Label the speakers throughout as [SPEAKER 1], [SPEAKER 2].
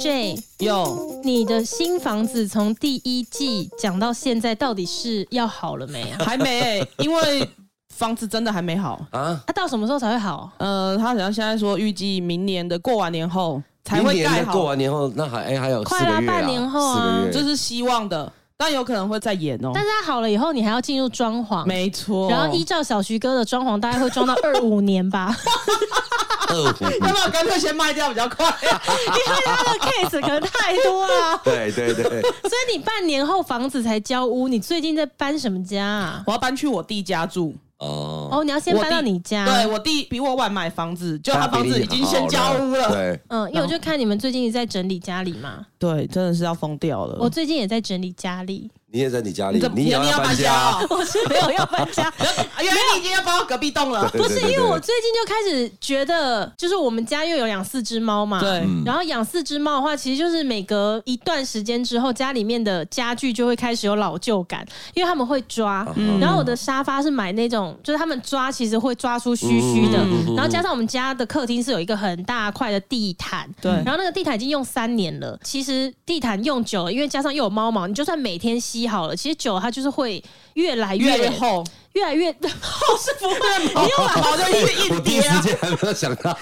[SPEAKER 1] J，
[SPEAKER 2] 有
[SPEAKER 1] 你的新房子从第一季讲到现在，到底是要好了没啊？
[SPEAKER 2] 还没欸、因为房子真的还没好。
[SPEAKER 3] 啊，
[SPEAKER 1] 啊，到什么时候才会好？
[SPEAKER 2] 呃，他好像现在说预计明年的过完年后才会
[SPEAKER 3] 明年
[SPEAKER 2] 盖
[SPEAKER 3] 的过
[SPEAKER 2] 好，
[SPEAKER 3] 完年后，那还哎还有四
[SPEAKER 1] 快啦
[SPEAKER 3] 个月啊，
[SPEAKER 1] 半年后啊
[SPEAKER 3] 四个月
[SPEAKER 2] 这是希望的，但有可能会再延哦、
[SPEAKER 1] 但是它好了以后，你还要进入装潢，
[SPEAKER 2] 没错，
[SPEAKER 1] 然后依照小徐哥的装潢，大概会装到二五年吧，
[SPEAKER 3] 二虎
[SPEAKER 2] 要不要干脆先卖掉比 较快？
[SPEAKER 1] 因为他的 case 可能太多了，
[SPEAKER 3] 对 对对，
[SPEAKER 1] 所以你半年后房子才交屋。你最近在搬什么家啊？
[SPEAKER 2] 我要搬去我弟家住，
[SPEAKER 3] 哦，
[SPEAKER 1] 哦，你要先
[SPEAKER 2] 我
[SPEAKER 1] 搬到
[SPEAKER 2] 弟
[SPEAKER 1] 你家，
[SPEAKER 2] 对我弟比我晚买房
[SPEAKER 1] 啊
[SPEAKER 2] 子，就他
[SPEAKER 3] 大家
[SPEAKER 2] 房
[SPEAKER 3] 比例
[SPEAKER 2] 子已经先
[SPEAKER 3] 好
[SPEAKER 2] 交屋了。
[SPEAKER 3] 对，
[SPEAKER 1] 嗯，因为我就看你们最近一直在整理家里嘛，
[SPEAKER 3] 嗯
[SPEAKER 2] 对，真的是要疯掉了。
[SPEAKER 1] 我最近也在整理家里，
[SPEAKER 3] 你也在你家
[SPEAKER 2] 你
[SPEAKER 3] 里
[SPEAKER 2] 怎，么
[SPEAKER 3] 也要
[SPEAKER 2] 你要
[SPEAKER 3] 搬家
[SPEAKER 2] 哦，
[SPEAKER 1] 我是没有要搬家，
[SPEAKER 2] 啊 原来你已经要搬到隔壁栋了。
[SPEAKER 3] 对
[SPEAKER 1] 哦不
[SPEAKER 3] 对
[SPEAKER 1] 是
[SPEAKER 3] 对
[SPEAKER 1] 因为
[SPEAKER 3] 对
[SPEAKER 1] 我最近就开始觉得，就是我们家又有养四只猫嘛，
[SPEAKER 3] 嗯
[SPEAKER 2] 对，
[SPEAKER 1] 然后养四只猫的话，其实就是每隔一段时间之后，家里面的家具就会开始有老旧感，因为他们会抓。
[SPEAKER 3] 嗯
[SPEAKER 1] 然后我的沙发是买那种，就是他们抓其实会抓出须须
[SPEAKER 2] 嗯
[SPEAKER 1] 的。然后加上我们家的客厅是有一个很大块的地毯，
[SPEAKER 2] 对
[SPEAKER 1] 然后那个地毯已经用三年了，其实地毯用久了，因为加上又有猫毛，你就算每天吸好了，其实久了它就是会越来
[SPEAKER 2] 越
[SPEAKER 1] 越
[SPEAKER 2] 来越厚，
[SPEAKER 1] 越来越 厚是不会，你又把
[SPEAKER 2] 毛就 一
[SPEAKER 3] 我
[SPEAKER 2] 一
[SPEAKER 3] 第一
[SPEAKER 2] 叠
[SPEAKER 3] 时
[SPEAKER 2] 啊，
[SPEAKER 3] 间还没有 想到，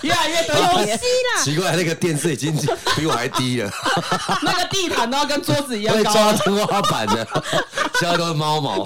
[SPEAKER 2] 越来越多
[SPEAKER 1] 有吸
[SPEAKER 2] 一叠，
[SPEAKER 1] 啦，
[SPEAKER 3] 奇怪，那个电视已经比我还 低了，
[SPEAKER 2] 那个地毯都要跟桌子一
[SPEAKER 3] 我
[SPEAKER 2] 样
[SPEAKER 3] 也
[SPEAKER 2] 高。
[SPEAKER 3] 抓天花板 了，现在都是猫毛，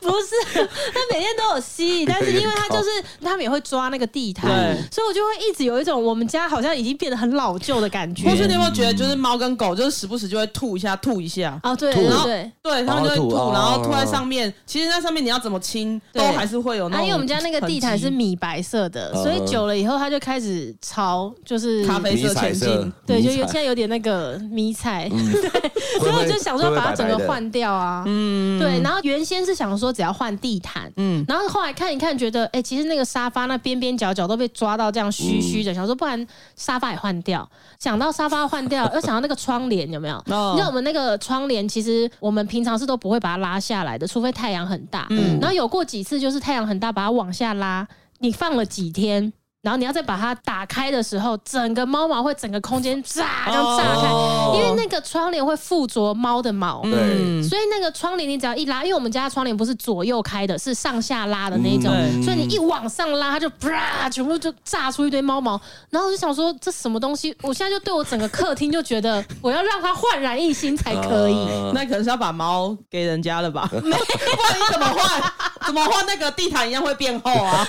[SPEAKER 1] 不是，他每天都有吸，但是因为他就是他们也会抓那个地毯
[SPEAKER 2] 对，
[SPEAKER 1] 所以我就会一直有一种我们家好像已经变得很老旧的感觉
[SPEAKER 2] 或。是你有没有觉得，就是猫跟狗，就是时不时就会吐一下，吐一下，
[SPEAKER 1] 哦，对
[SPEAKER 3] 吐
[SPEAKER 1] 对
[SPEAKER 3] 然后
[SPEAKER 1] 对，
[SPEAKER 2] 对，它们就会
[SPEAKER 3] 哦吐
[SPEAKER 2] 吐，
[SPEAKER 3] 哦
[SPEAKER 2] 然后吐在上面。其实那上面你要怎么清，
[SPEAKER 1] 对
[SPEAKER 2] 都还是会有那
[SPEAKER 1] 啊，
[SPEAKER 2] 种。
[SPEAKER 1] 因为我们家那个地毯是，米白色的，
[SPEAKER 3] 嗯
[SPEAKER 1] 所以久了以后它就开始潮，就是
[SPEAKER 2] 咖啡
[SPEAKER 3] 迷
[SPEAKER 2] 色
[SPEAKER 3] 彩
[SPEAKER 2] 前
[SPEAKER 3] 色
[SPEAKER 2] 进，
[SPEAKER 1] 对，就
[SPEAKER 3] 迷
[SPEAKER 1] 有
[SPEAKER 3] 彩嗯
[SPEAKER 1] 现在有点那个迷彩，
[SPEAKER 3] 会
[SPEAKER 1] 所以
[SPEAKER 3] 不
[SPEAKER 1] 我
[SPEAKER 3] 会
[SPEAKER 1] 就想说
[SPEAKER 3] 会不会
[SPEAKER 1] 把它整
[SPEAKER 3] 白白
[SPEAKER 1] 个
[SPEAKER 3] 的
[SPEAKER 1] 换掉啊。嗯，对。然后原先是想说只要换地毯，嗯，然后后来看一看，觉得哎、其实那个沙发那边边角角都被抓到这样
[SPEAKER 3] 嗯
[SPEAKER 1] 虚虚的，想说不然沙发也换掉。想到沙发换掉，又想到那个窗帘有没有？
[SPEAKER 2] 哦
[SPEAKER 1] 你知道我们那个窗帘，其实我们平常是都不会把它拉下来的，除非太阳很大。嗯，然后有过几次就是太阳很大，把它往下拉，你放了几天。然后你要再把它打开的时候，整个猫毛会整个空间 炸这样炸开，
[SPEAKER 2] 哦
[SPEAKER 1] 因为那个窗帘会附着猫的毛。
[SPEAKER 3] 嗯对，
[SPEAKER 1] 所以那个窗帘你只要一拉，因为我们家的窗帘不是左右开的，是上下拉的那一种，
[SPEAKER 2] 嗯
[SPEAKER 1] 所以你一往上拉，它就啪，全部就炸出一堆猫毛。然后我就想说，这什么东西？我现在就对我整个客厅就觉得，我要让它焕然一新才可以。
[SPEAKER 3] 啊
[SPEAKER 2] 那可能是要把猫给人家 了吧？不然你怎么换？怎么换那个地毯一样会变厚 啊？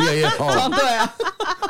[SPEAKER 3] 越来越厚，
[SPEAKER 2] 对 啊，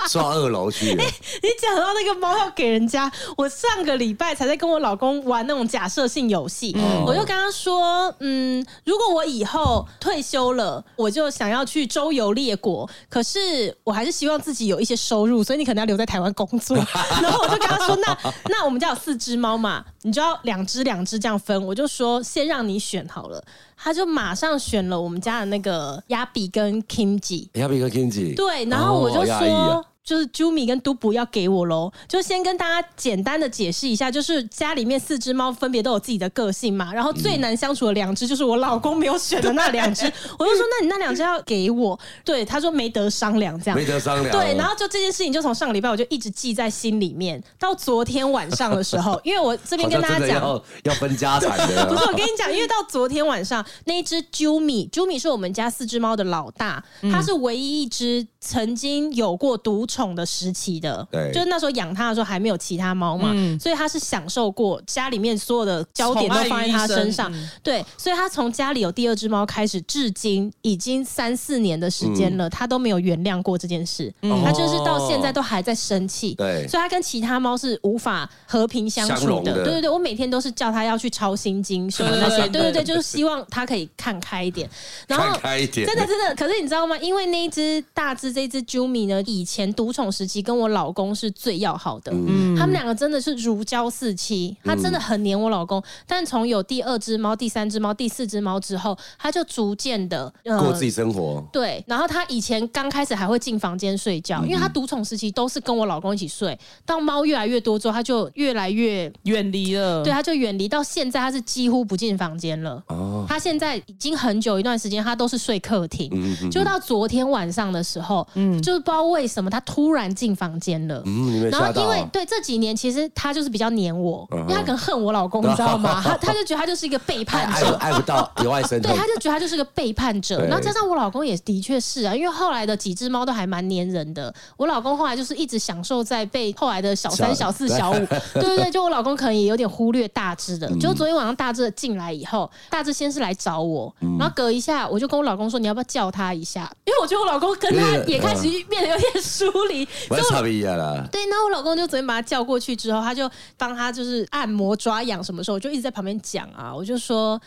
[SPEAKER 3] 刷二楼去了，
[SPEAKER 1] 你讲到那个猫要给人家，我上个礼拜才在跟我老公玩那种假设性游戏，我就跟他说，嗯，如果我以后退休了，我就想要去周游列国，可是我还是希望自己有一些收入，所以你可能要留在台湾工作。然后我就跟他说，那那我们家有四只猫嘛，你就要两只两只这样分，我就说先让你选好了，他就马上选了我们家的那个亚比跟 Kimji。
[SPEAKER 3] 要不一个 Kinji，
[SPEAKER 1] 对，然后我就
[SPEAKER 3] 哦
[SPEAKER 1] 说。
[SPEAKER 3] 压抑啊
[SPEAKER 1] 就是 Jumi 跟都不要给我喽，就先跟大家简单的解释一下，就是家里面四只猫分别都有自己的个性嘛，然后最难相处的两只就是我老公没有选的那两 只，我就说那你那两只要给我，对，他说没得商量这样
[SPEAKER 3] 没，得商量，
[SPEAKER 1] 啊
[SPEAKER 3] 啊
[SPEAKER 1] 对，然后就这件事情就从上个礼拜我就一直记在心里面，到昨天晚上的时候， 因为我这边
[SPEAKER 3] 好
[SPEAKER 1] 跟
[SPEAKER 3] 像
[SPEAKER 1] 大
[SPEAKER 3] 真
[SPEAKER 1] 家
[SPEAKER 3] 的
[SPEAKER 1] 讲，
[SPEAKER 3] 要要分家产 的
[SPEAKER 1] 不
[SPEAKER 3] 啊
[SPEAKER 1] 是，我跟你讲，因为到昨天晚上，那一只 Jumi，Jumi 是我们家四只猫的老大，
[SPEAKER 2] 嗯
[SPEAKER 1] 它是唯一一只曾经有过独宠的时期的。
[SPEAKER 3] 对
[SPEAKER 1] 就是那时候养它的时候还没有其他猫嘛，
[SPEAKER 2] 嗯
[SPEAKER 1] 所以它是享受过家里面所有的焦点都放在它身上
[SPEAKER 2] 宠爱于一。
[SPEAKER 1] 对，所以它从家里有第二只猫开始，至今已经三四年的时间
[SPEAKER 2] 嗯
[SPEAKER 1] 了，它都没有原谅过这件事。
[SPEAKER 2] 哦
[SPEAKER 1] 它就是到现在都还在生气。
[SPEAKER 3] 对
[SPEAKER 1] 所以它跟其他猫是无法和平相
[SPEAKER 3] 相
[SPEAKER 1] 处
[SPEAKER 3] 容
[SPEAKER 1] 的。
[SPEAKER 3] 的
[SPEAKER 1] 对对对，我每天都是叫它要去抄心经什么
[SPEAKER 2] 对
[SPEAKER 1] 那
[SPEAKER 2] 对
[SPEAKER 1] 些。
[SPEAKER 2] 对
[SPEAKER 1] 对对对，就是希望它可以看开一点。然后
[SPEAKER 3] 看开一点，
[SPEAKER 1] 真的真的，可是你知道吗？因为那一只大只这一只 Jumi 呢，以前独宠时期跟我老公是最要好的，
[SPEAKER 3] 嗯
[SPEAKER 1] 他们两个真的是如胶似漆，他真的很黏我老公。但从有第二只猫、第三只猫、第四只猫之后，他就逐渐的呃
[SPEAKER 3] 过自己生活，
[SPEAKER 1] 对，然后他以前刚开始还会进房间睡觉，因为他
[SPEAKER 3] 嗯
[SPEAKER 1] 独宠时期都是跟我老公一起睡。到猫越来越多之后，他就越来越
[SPEAKER 2] 远离了。
[SPEAKER 1] 对，他啊就远离。到现在他是几乎不进房间了。
[SPEAKER 3] 哦
[SPEAKER 1] 他现在已经很
[SPEAKER 3] 嗯
[SPEAKER 1] 久一段时间，他都是睡客厅。就到昨天晚上的时候，就是不知道为什么他突然进房间了。
[SPEAKER 3] 嗯，你没
[SPEAKER 1] 然后
[SPEAKER 3] 吓到
[SPEAKER 1] 因为
[SPEAKER 3] 啊？
[SPEAKER 1] 对这几年，其实他就是比较黏我，
[SPEAKER 3] 嗯哼
[SPEAKER 1] 因为他可能恨我老公，你知道 吗？他他就觉得他就是一个背
[SPEAKER 3] 爱
[SPEAKER 1] 叛
[SPEAKER 3] 爱不
[SPEAKER 1] 者。
[SPEAKER 3] 爱不到，由爱生
[SPEAKER 1] 对，
[SPEAKER 3] 恨
[SPEAKER 1] 他。就觉得他就是个背叛者，
[SPEAKER 3] 对
[SPEAKER 1] 然后加上我老公也的确是啊，因为后来的几只猫都还蛮粘人的。我老公后来就是一直享受在被后来的小三、
[SPEAKER 3] 小
[SPEAKER 1] 小四、小五，对对对，就我老公可能也有点忽略大只的。就昨天晚上大只的进来以后，大只先是来找我，然后隔一下我就跟我老公说你要不要叫他一下，因为我觉得我老公跟他
[SPEAKER 3] 有
[SPEAKER 1] 也
[SPEAKER 3] 点
[SPEAKER 1] 开始变得有点疏离，
[SPEAKER 3] 我
[SPEAKER 1] 所以
[SPEAKER 3] 要
[SPEAKER 1] 我
[SPEAKER 3] 差不多了，
[SPEAKER 1] 对，那我老公就昨天把他叫过去之后，他就帮他就是按摩抓痒什么时候，我就一直在旁边讲啊，我就说。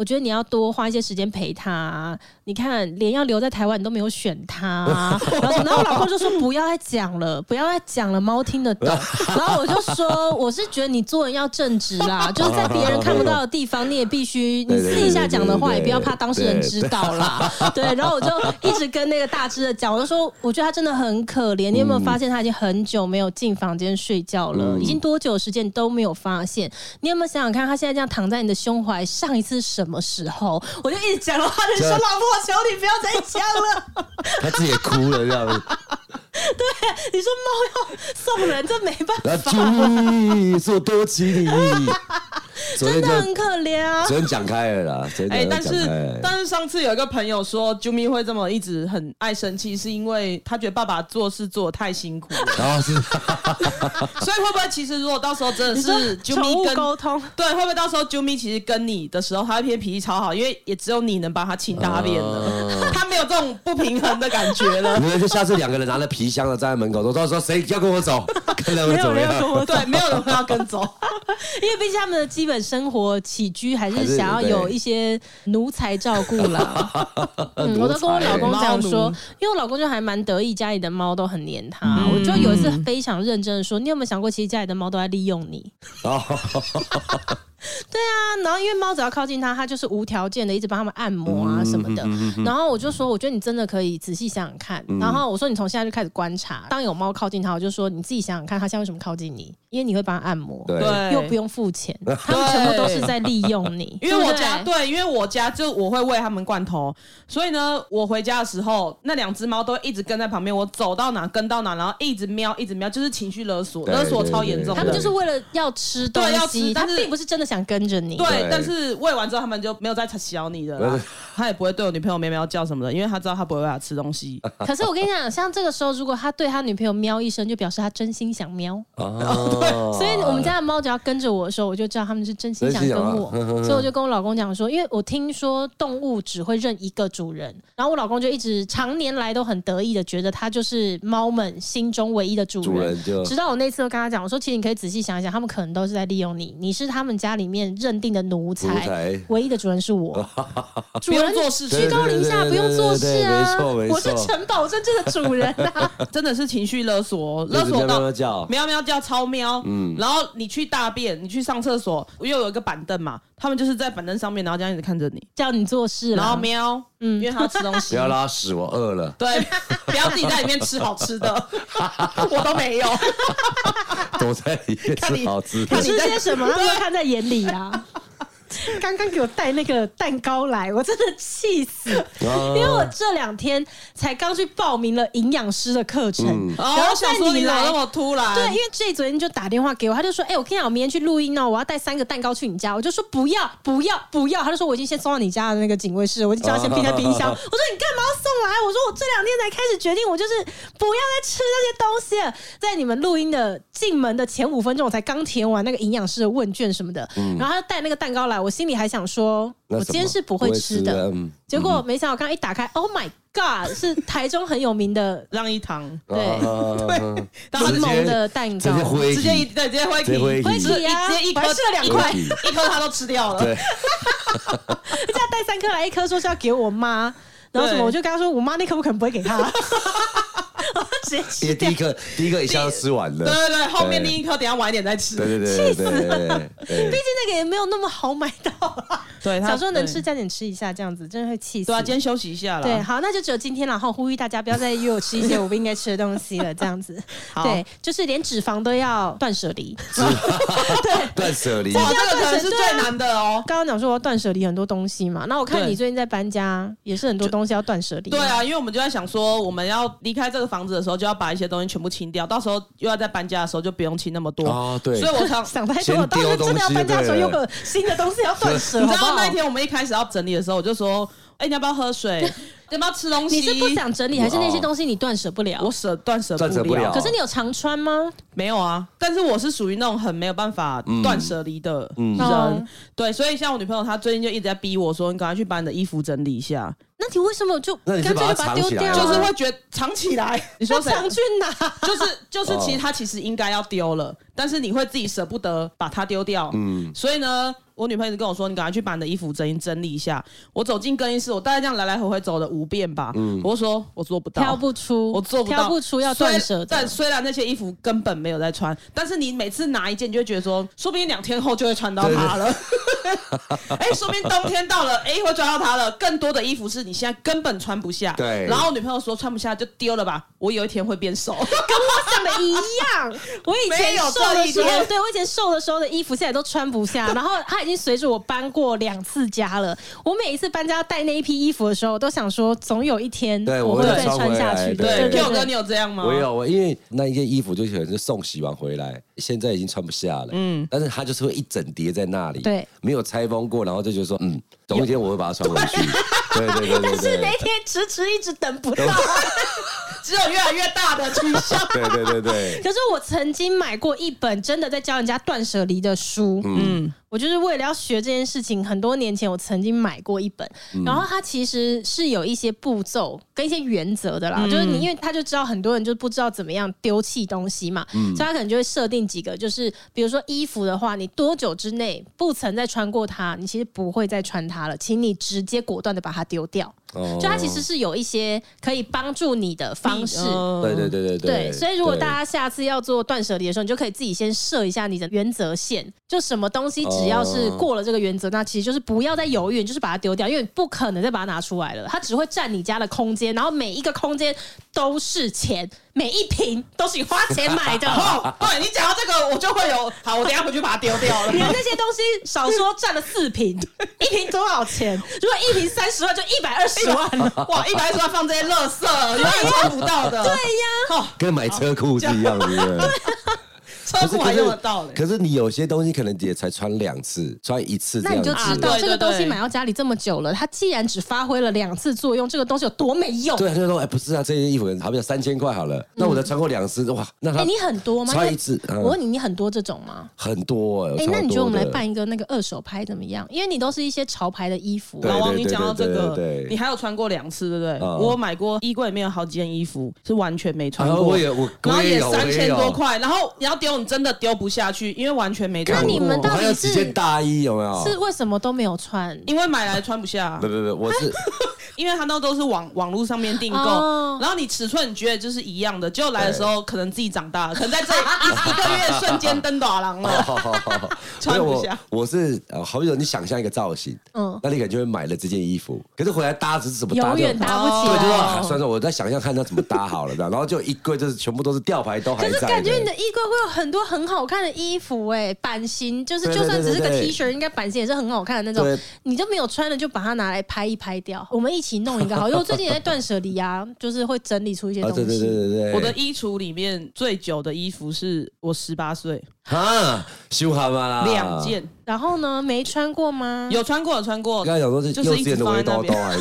[SPEAKER 1] 我觉得你要多花一些时间陪他、你看，连要留在台湾你都没有选他、然后什么然后我老公就说不要再讲了，不要再讲了，猫听得懂。然后我就说，我是觉得你做人要正直啦，就是在别人看不到的地方，你也必须你私底下讲的话，也不要怕当事人知道啦。对，然后我就一直跟那个大只的讲，我就说，我觉得他真的很可怜。你有没有发现他已经很久没有进房间睡觉了？已经多久的时间你都没有发现？你有没有想想看，他现在这样躺在你的胸怀，上一次是什么时候？我就一直讲了，他就说：“
[SPEAKER 3] 这
[SPEAKER 1] 老婆，求你不要再讲了。”
[SPEAKER 3] 他自己也哭了这样子。
[SPEAKER 1] 你说猫要送人，这没办
[SPEAKER 3] 然
[SPEAKER 1] 法，
[SPEAKER 3] 后你是我多 吉利，昨
[SPEAKER 1] 真
[SPEAKER 3] 天
[SPEAKER 1] 的
[SPEAKER 3] 就
[SPEAKER 1] 很可怜啊。
[SPEAKER 3] 昨天讲开了啦，昨
[SPEAKER 2] 哎、
[SPEAKER 3] 天
[SPEAKER 2] 但
[SPEAKER 3] 讲开
[SPEAKER 2] 是
[SPEAKER 3] 了。，
[SPEAKER 2] 但是上次有一个朋友说，啾咪会这么一直很爱生气，是因为他觉得爸爸做事做得太辛苦了
[SPEAKER 3] 然后是
[SPEAKER 2] 所以会不会其实如果到时候真的
[SPEAKER 1] 你说
[SPEAKER 2] 是啾
[SPEAKER 1] 宠
[SPEAKER 2] 咪
[SPEAKER 1] 物
[SPEAKER 2] 跟
[SPEAKER 1] 沟通，
[SPEAKER 2] 对，会不会到时候啾咪其实跟你的时候，他会偏脾气超好，因为也只有你能帮他亲大便
[SPEAKER 3] 哦
[SPEAKER 2] 了，他没有这种不平衡的感觉了
[SPEAKER 3] 你。们就下次两个人拿着皮箱的站在门口，说到时候谁要跟我走，看他们怎 么
[SPEAKER 1] 没有没有跟我
[SPEAKER 3] 样。
[SPEAKER 2] 对，没有人会要跟 走。
[SPEAKER 1] 因为毕竟他们的基本生活起居还
[SPEAKER 3] 还
[SPEAKER 1] 是
[SPEAKER 3] 是
[SPEAKER 1] 想要有一些奴才照顾 啦。嗯，
[SPEAKER 3] 奴
[SPEAKER 1] 我
[SPEAKER 3] 才
[SPEAKER 1] 都跟我老公讲
[SPEAKER 2] 猫
[SPEAKER 1] 说
[SPEAKER 2] 奴，
[SPEAKER 1] 因为我老公就还蛮得意，家里的猫都很黏他。
[SPEAKER 3] 嗯
[SPEAKER 1] 我就有一
[SPEAKER 2] 嗯
[SPEAKER 1] 次非常认真的说，你有没有想过，其实家里的猫都在利用你？
[SPEAKER 3] 然后
[SPEAKER 1] 对啊，然后因为猫只要靠近它，它就是无条件的一直帮它们按摩啊什么的。
[SPEAKER 2] 嗯
[SPEAKER 1] 然后我就说，我觉得你真的可以仔细想想看。然后我说，你从现在就开始观察，当有猫靠近它，我就说你自己想想看，它现在为什么靠近你？因为你会帮它按摩，
[SPEAKER 3] 对
[SPEAKER 2] 对，
[SPEAKER 1] 又不用付钱，它们全部都是在利用你。
[SPEAKER 2] 因为我家
[SPEAKER 1] 对不对
[SPEAKER 2] 对，因为我家就我会喂他们罐头，所以呢，我回家的时候，那两只猫都一直跟在旁边，我走到哪跟到哪，然后一直喵，一直喵，就是情绪勒索，
[SPEAKER 3] 对
[SPEAKER 2] 勒索超严重
[SPEAKER 1] 他
[SPEAKER 2] 的。
[SPEAKER 1] 们就是为了要吃东
[SPEAKER 2] 对啊要
[SPEAKER 1] 西，
[SPEAKER 2] 吃
[SPEAKER 1] 它
[SPEAKER 2] 但是
[SPEAKER 1] 并不是真的想跟着你。
[SPEAKER 2] 对
[SPEAKER 3] 对，
[SPEAKER 2] 但是喂完之后，他们就没有再小你的啦
[SPEAKER 3] 对，
[SPEAKER 2] 他也不会对我女朋友喵喵叫什么的，因为他知道他不会喂他吃东 西。
[SPEAKER 1] 可是我跟你讲，像这个时候，如果他对他女朋友喵一声，就表示他真心想喵。
[SPEAKER 3] 哦，
[SPEAKER 1] 所以我们家的猫只要跟着我的时候，我就知道他们是真心想跟我，
[SPEAKER 3] 真心想啊
[SPEAKER 1] 所以我就跟我老公讲说，因为我听说动物只会认一个主人，然后我老公就一直常年来都很得意的觉得它就是猫们心中唯一的主人。
[SPEAKER 3] 主人嗯就
[SPEAKER 1] 直到我那次又跟他讲，我说其实你可以仔细想一想，他们可能都是在利用你，你是他们家里面认定的奴才，
[SPEAKER 3] 奴才
[SPEAKER 1] 唯一的主人是 我，主
[SPEAKER 2] 不用
[SPEAKER 1] 人
[SPEAKER 2] 做事
[SPEAKER 3] 对
[SPEAKER 1] 居
[SPEAKER 2] 情，
[SPEAKER 1] 高临下，不用做事啊
[SPEAKER 3] 对对对对对没，错
[SPEAKER 1] 我是
[SPEAKER 3] 没错
[SPEAKER 1] 城堡真正的主人 啊。
[SPEAKER 2] 真的是情绪勒索，
[SPEAKER 3] 就是
[SPEAKER 2] 勒索
[SPEAKER 3] 喵喵
[SPEAKER 2] 到
[SPEAKER 3] 叫嗯
[SPEAKER 2] 喵喵叫超喵。然后你去大便，你去上厕所，又有一个板凳嘛，他们就是在板凳上面，然后这样一直看着你，
[SPEAKER 1] 叫你做事啦，
[SPEAKER 2] 然后喵，
[SPEAKER 1] 嗯
[SPEAKER 2] 因为他要吃东
[SPEAKER 3] 不
[SPEAKER 2] 西。
[SPEAKER 3] 要拉屎，我饿了。
[SPEAKER 2] 对，不要自己在里面吃好吃 的，我都没有。
[SPEAKER 3] 哦躲在里面吃好吃的
[SPEAKER 1] 你。吃些什么，他们都看在眼里啊。 刚刚给我带那个蛋糕来，我真的气死！因为我这两天才刚去报名了营养师的课程，然
[SPEAKER 2] 然后
[SPEAKER 1] 后
[SPEAKER 2] 我想
[SPEAKER 1] 在
[SPEAKER 2] 说
[SPEAKER 1] 你
[SPEAKER 2] 你怎么
[SPEAKER 1] 来
[SPEAKER 2] 那么突然？
[SPEAKER 1] 对，因为 J 昨天就打电话给我，他就说：“哎、我跟你讲，我明天去录音哦，我要带三个蛋糕去你家。”我就说：“不要，不要，不要。”他就说：“我已经先送到你家的那个警卫室，我就叫他先冰在冰 箱。”我说：“你干嘛要送来？”我说：“我这两天才开始决定，我就是不要再吃那些东西了。”在你们录音的进门的前五分钟，我才刚填完那个营养师的问卷什么的，
[SPEAKER 2] 嗯
[SPEAKER 1] 然后他就带那个蛋糕来，我心里还想说，
[SPEAKER 3] 那
[SPEAKER 1] 我
[SPEAKER 3] 什
[SPEAKER 1] 今天
[SPEAKER 3] 么
[SPEAKER 1] 是不会吃的。
[SPEAKER 3] 嗯，
[SPEAKER 1] 结果没想到，刚刚一打开，Oh my God，是台中很有名的
[SPEAKER 2] 让一堂，
[SPEAKER 1] 对
[SPEAKER 3] 对，
[SPEAKER 2] 然后
[SPEAKER 1] 柠
[SPEAKER 3] 啊嗯直接
[SPEAKER 1] 檬的蛋糕，
[SPEAKER 3] 直接挥
[SPEAKER 2] 直接一
[SPEAKER 3] 起，
[SPEAKER 2] 对直接挥
[SPEAKER 3] 直接 挥
[SPEAKER 2] 一
[SPEAKER 3] 起
[SPEAKER 1] 挥起啊，
[SPEAKER 2] 直接一
[SPEAKER 1] 我
[SPEAKER 2] 颗
[SPEAKER 1] 还吃了两块，
[SPEAKER 3] 挥起
[SPEAKER 2] 一颗他都吃掉了。
[SPEAKER 3] 对，
[SPEAKER 1] 人家带三颗来，一颗说是要给我妈，然后什么，
[SPEAKER 2] 对
[SPEAKER 1] 我就跟她说，我妈那颗我可能不会给她， 我就直接吃
[SPEAKER 3] 因为
[SPEAKER 1] 掉
[SPEAKER 3] 第一。个第一个一下就吃完了。
[SPEAKER 2] 对对对，后面
[SPEAKER 3] 对
[SPEAKER 2] 另一颗等一下晚一点再吃。
[SPEAKER 3] 对对对对对对对
[SPEAKER 1] 毕竟
[SPEAKER 3] 对
[SPEAKER 1] 那个也没有那么好买到啊，
[SPEAKER 2] 对，他
[SPEAKER 1] 想说能吃
[SPEAKER 2] 对
[SPEAKER 1] 加减吃一下，这样子真的会气死。
[SPEAKER 2] 对啊，今天休息一下啦。
[SPEAKER 1] 对，好，那就只有今天了，然后呼吁大家不要再约我吃一些我不应该吃的东西了，这样子。
[SPEAKER 2] 好
[SPEAKER 1] 对，就是连脂肪都要断舍离。
[SPEAKER 3] 断舍离。
[SPEAKER 2] 哇，这个可能是
[SPEAKER 1] 对啊
[SPEAKER 2] 最难的哦。
[SPEAKER 1] 刚刚讲说我要断舍离很多东西嘛，那我看
[SPEAKER 2] 对啊
[SPEAKER 1] 你最近在搬家，也是很多东西要断舍离。
[SPEAKER 2] 对，啊，因为我们就在想说，我们要离开这个房子的时候，就要把一些东西全部清掉，到时候又要在搬家的时候就不用清那么多。
[SPEAKER 3] 哦对
[SPEAKER 2] 所以我 常
[SPEAKER 1] 想太多了，
[SPEAKER 3] 先
[SPEAKER 1] 到时
[SPEAKER 3] 丢
[SPEAKER 1] 候真的要
[SPEAKER 3] 东西
[SPEAKER 1] 搬家的时候，
[SPEAKER 3] 对
[SPEAKER 1] 又有新的东西要断舍，
[SPEAKER 2] 你
[SPEAKER 1] 好
[SPEAKER 2] 知
[SPEAKER 1] 不
[SPEAKER 2] 道
[SPEAKER 1] 好？
[SPEAKER 2] 那一天我们一开始要整理的时候，我就说：“哎、你要不要喝 水？你要不要吃东西？”
[SPEAKER 1] 你是不想整理，还是那些东西你断舍不了
[SPEAKER 2] 我？舍断舍
[SPEAKER 3] 断舍不了
[SPEAKER 1] 可是你有常穿吗？
[SPEAKER 2] 没有啊，但是我是属于那种很没有办法断舍离的人，
[SPEAKER 1] 嗯
[SPEAKER 2] 对，所以像我女朋友，她最近就一直在逼我说，你赶快去把你的衣服整理一下，
[SPEAKER 1] 那你为什么就
[SPEAKER 3] 那
[SPEAKER 1] 干
[SPEAKER 3] 你
[SPEAKER 1] 脆
[SPEAKER 3] 是
[SPEAKER 1] 就把
[SPEAKER 3] 把
[SPEAKER 1] 它
[SPEAKER 3] 它藏
[SPEAKER 1] 丢
[SPEAKER 3] 起来
[SPEAKER 1] 掉啊？
[SPEAKER 3] 哦
[SPEAKER 2] 就是会觉得藏起来。嗯你说
[SPEAKER 1] 那
[SPEAKER 2] 谁？
[SPEAKER 1] 藏去哪？
[SPEAKER 2] 就是就是，
[SPEAKER 3] 哦
[SPEAKER 2] 其实她其实应该要丢了，但是你会自己舍不得把它丢掉。嗯，所以呢，我女朋友一直跟我说，你赶快去把你的衣服整整理一下。我走进更衣室，我大概这样来来回回走了五遍吧。我就说我做不到，
[SPEAKER 1] 挑不出，
[SPEAKER 2] 我做不到，
[SPEAKER 1] 挑不出要
[SPEAKER 2] 虽
[SPEAKER 1] 断舍的
[SPEAKER 2] 但。虽然那些衣服根本没有在穿，但是你每次拿一件，你就会觉得 说，说不定两天后就会穿到它了。 哎、说不定冬天到了，哎、会穿到它了。更多的衣服是你现在根本穿不下。
[SPEAKER 3] 对
[SPEAKER 2] 然后我女朋友说穿不下就丢了吧，我有一天会变瘦。
[SPEAKER 1] 长得一样。我以前
[SPEAKER 2] 没有
[SPEAKER 1] 瘦的时
[SPEAKER 2] 这一
[SPEAKER 1] 候，
[SPEAKER 2] 天
[SPEAKER 1] 对我以前瘦的时候的衣服现在都穿不下，然后它已经随着我搬过两次家了。我每一次搬家带那一批衣服的时候，我都想说总有一天
[SPEAKER 3] 对我
[SPEAKER 1] 会
[SPEAKER 3] 会
[SPEAKER 1] 再
[SPEAKER 3] 穿
[SPEAKER 1] 穿
[SPEAKER 3] 回
[SPEAKER 1] 下
[SPEAKER 3] 来
[SPEAKER 1] 去的。
[SPEAKER 3] 对
[SPEAKER 1] 对
[SPEAKER 2] 对
[SPEAKER 1] 对
[SPEAKER 2] ，Q 哥，
[SPEAKER 1] 对
[SPEAKER 2] 你有这样吗？
[SPEAKER 3] 我有，我因为那一件衣服就可能是送洗完回来，现在已经穿不下了。嗯，但是它就是会一整叠在那里，
[SPEAKER 1] 对，
[SPEAKER 3] 没有拆封过，然后就觉得说，嗯，总有一天我会把它穿回去。 对对对对对。
[SPEAKER 1] 但是那一天迟迟一直等不到。
[SPEAKER 2] 只有越来越 大的趋向。
[SPEAKER 3] 对对对对，
[SPEAKER 1] 可是我曾经买过一本真的在教人家断舍离的书，嗯，我就是为了要学这件事情，很多年前我曾经买过一本，然后它其实是有一些步骤跟一些原则的啦，就是你因为他就知道很多人就不知道怎么样丢弃东西嘛，所以他可能就会设定几个，就是比如说衣服的话，你多久之内不曾再穿过它，你其实不会再穿它了，请你直接果断的把它丢掉。
[SPEAKER 3] 哦
[SPEAKER 1] 就它其实是有一些可以帮助你的方式，
[SPEAKER 2] 哦
[SPEAKER 3] 哦对对对对
[SPEAKER 1] 嗯对，所以如果大家
[SPEAKER 3] 家
[SPEAKER 1] 下次要做断舍离的时候，你就可以自己先设一下你的原则线，就什么东西只要是过了这个原则，那其实就是不要再犹豫，你就是把它丢掉，因为你不可能再把它拿出来了，它只会占你家的空间，然后每一个空间都是钱，每一瓶都是你花钱买的。
[SPEAKER 2] 哦，对你讲到这个，我就会有好，我等一下回去把它丢掉了
[SPEAKER 1] 你。的 那些东西少说占了四瓶，一瓶多少钱？如果一瓶三十万，就一百二十 万了。
[SPEAKER 2] 哇，一百说要放这些垃圾，永远穿不到的。
[SPEAKER 1] 对呀，
[SPEAKER 2] 哦，
[SPEAKER 3] 跟买车库是一样的。对不对
[SPEAKER 2] 车 库还用得到嘞。
[SPEAKER 3] 可是你有些东西可能也才穿两次，穿一次这
[SPEAKER 1] 那
[SPEAKER 3] 样
[SPEAKER 1] 你
[SPEAKER 3] 子
[SPEAKER 1] 就。知
[SPEAKER 2] 啊
[SPEAKER 1] 道
[SPEAKER 2] 对
[SPEAKER 1] 这个东
[SPEAKER 2] 对
[SPEAKER 1] 西
[SPEAKER 2] 对
[SPEAKER 1] 买到家里这么久了，它既然只发挥了两次作用，这个东西有多没用？
[SPEAKER 3] 对，他就说：“哎，不是啊，这件衣服可能好比说三千块好了，那我才穿过两次，哇，那
[SPEAKER 1] 嗯哎、
[SPEAKER 3] 他
[SPEAKER 1] 你很多吗？
[SPEAKER 3] 穿一次
[SPEAKER 1] 因为
[SPEAKER 3] 嗯
[SPEAKER 1] 我问你，你很多这种吗？
[SPEAKER 3] 很多哎。
[SPEAKER 1] 哎、
[SPEAKER 3] 超多
[SPEAKER 1] 那你觉得我们来
[SPEAKER 3] 的
[SPEAKER 1] 办一个那个二手拍怎么样？因为你都是一些潮牌的衣服，啊
[SPEAKER 3] 对
[SPEAKER 2] 老
[SPEAKER 1] 然后
[SPEAKER 2] 王，你讲到这
[SPEAKER 3] 对对
[SPEAKER 2] 个
[SPEAKER 3] 对，对
[SPEAKER 2] 你还有穿过两次，对不对？
[SPEAKER 3] 嗯
[SPEAKER 2] 我买过衣柜里面有好几件衣服是完全没穿
[SPEAKER 3] 啊
[SPEAKER 2] 过，
[SPEAKER 3] 我也我
[SPEAKER 2] 然后
[SPEAKER 3] 我也有
[SPEAKER 2] 三千
[SPEAKER 3] 我也
[SPEAKER 2] 多
[SPEAKER 3] 有
[SPEAKER 2] 块，然后你要丢，你真的丢不下去，因为完全没
[SPEAKER 1] 那
[SPEAKER 2] 穿
[SPEAKER 1] 你们
[SPEAKER 2] 过
[SPEAKER 3] 我，
[SPEAKER 1] 到底
[SPEAKER 3] 还有
[SPEAKER 1] 是
[SPEAKER 3] 几件大衣有没有？
[SPEAKER 1] 是为什么都没有穿？
[SPEAKER 2] 因为买来穿不下啊
[SPEAKER 3] 不，不不，我 是
[SPEAKER 2] 因为它那都是网网络上面订
[SPEAKER 1] 哦
[SPEAKER 2] 购，然后你尺寸你觉得就是一样的，结果来的时候可能自己长大了，可能在 这一一个月瞬间登短廊了，
[SPEAKER 3] 哦
[SPEAKER 2] 穿
[SPEAKER 3] 没有
[SPEAKER 2] 不下
[SPEAKER 3] 我我是呃，好比说你想象一个造型，
[SPEAKER 1] 嗯
[SPEAKER 3] 嗯，那你可能就会买了这件衣服，可是回来搭是怎么搭
[SPEAKER 1] 永
[SPEAKER 3] 就
[SPEAKER 1] 远搭不起
[SPEAKER 3] 对，就
[SPEAKER 1] 来。
[SPEAKER 3] 是
[SPEAKER 2] 哦
[SPEAKER 3] 啊算了，我在想象看它怎么搭好了，这样然后就一柜就是全部都是吊牌都
[SPEAKER 1] 可
[SPEAKER 3] 还
[SPEAKER 1] 是
[SPEAKER 3] 在的，
[SPEAKER 1] 感觉你的衣柜会有很多很好看的衣服哎、版型就是
[SPEAKER 3] 对对
[SPEAKER 1] 就算只是个
[SPEAKER 3] 对对
[SPEAKER 1] T 恤，应该版型也是很好看的那种
[SPEAKER 3] 对。
[SPEAKER 1] 你都没有穿的，就把它拿来拍一拍掉。我们一起弄一个好，因为我最近也在断舍离啊，就是会整理出一些
[SPEAKER 3] 啊，
[SPEAKER 1] 东西。
[SPEAKER 3] 对对对对对，
[SPEAKER 2] 我的衣橱里面最久的衣服是我十八岁
[SPEAKER 3] 啊，修好吗啦？
[SPEAKER 2] 两件，
[SPEAKER 1] 然后呢，没穿过吗？
[SPEAKER 2] 有穿过有穿过
[SPEAKER 3] 我，刚才讲说是
[SPEAKER 2] 就
[SPEAKER 3] 幼
[SPEAKER 2] 是
[SPEAKER 3] 稚
[SPEAKER 2] 一直
[SPEAKER 3] 园的
[SPEAKER 2] 放在
[SPEAKER 3] 围
[SPEAKER 2] 那
[SPEAKER 3] 兜兜
[SPEAKER 2] 边。
[SPEAKER 3] 还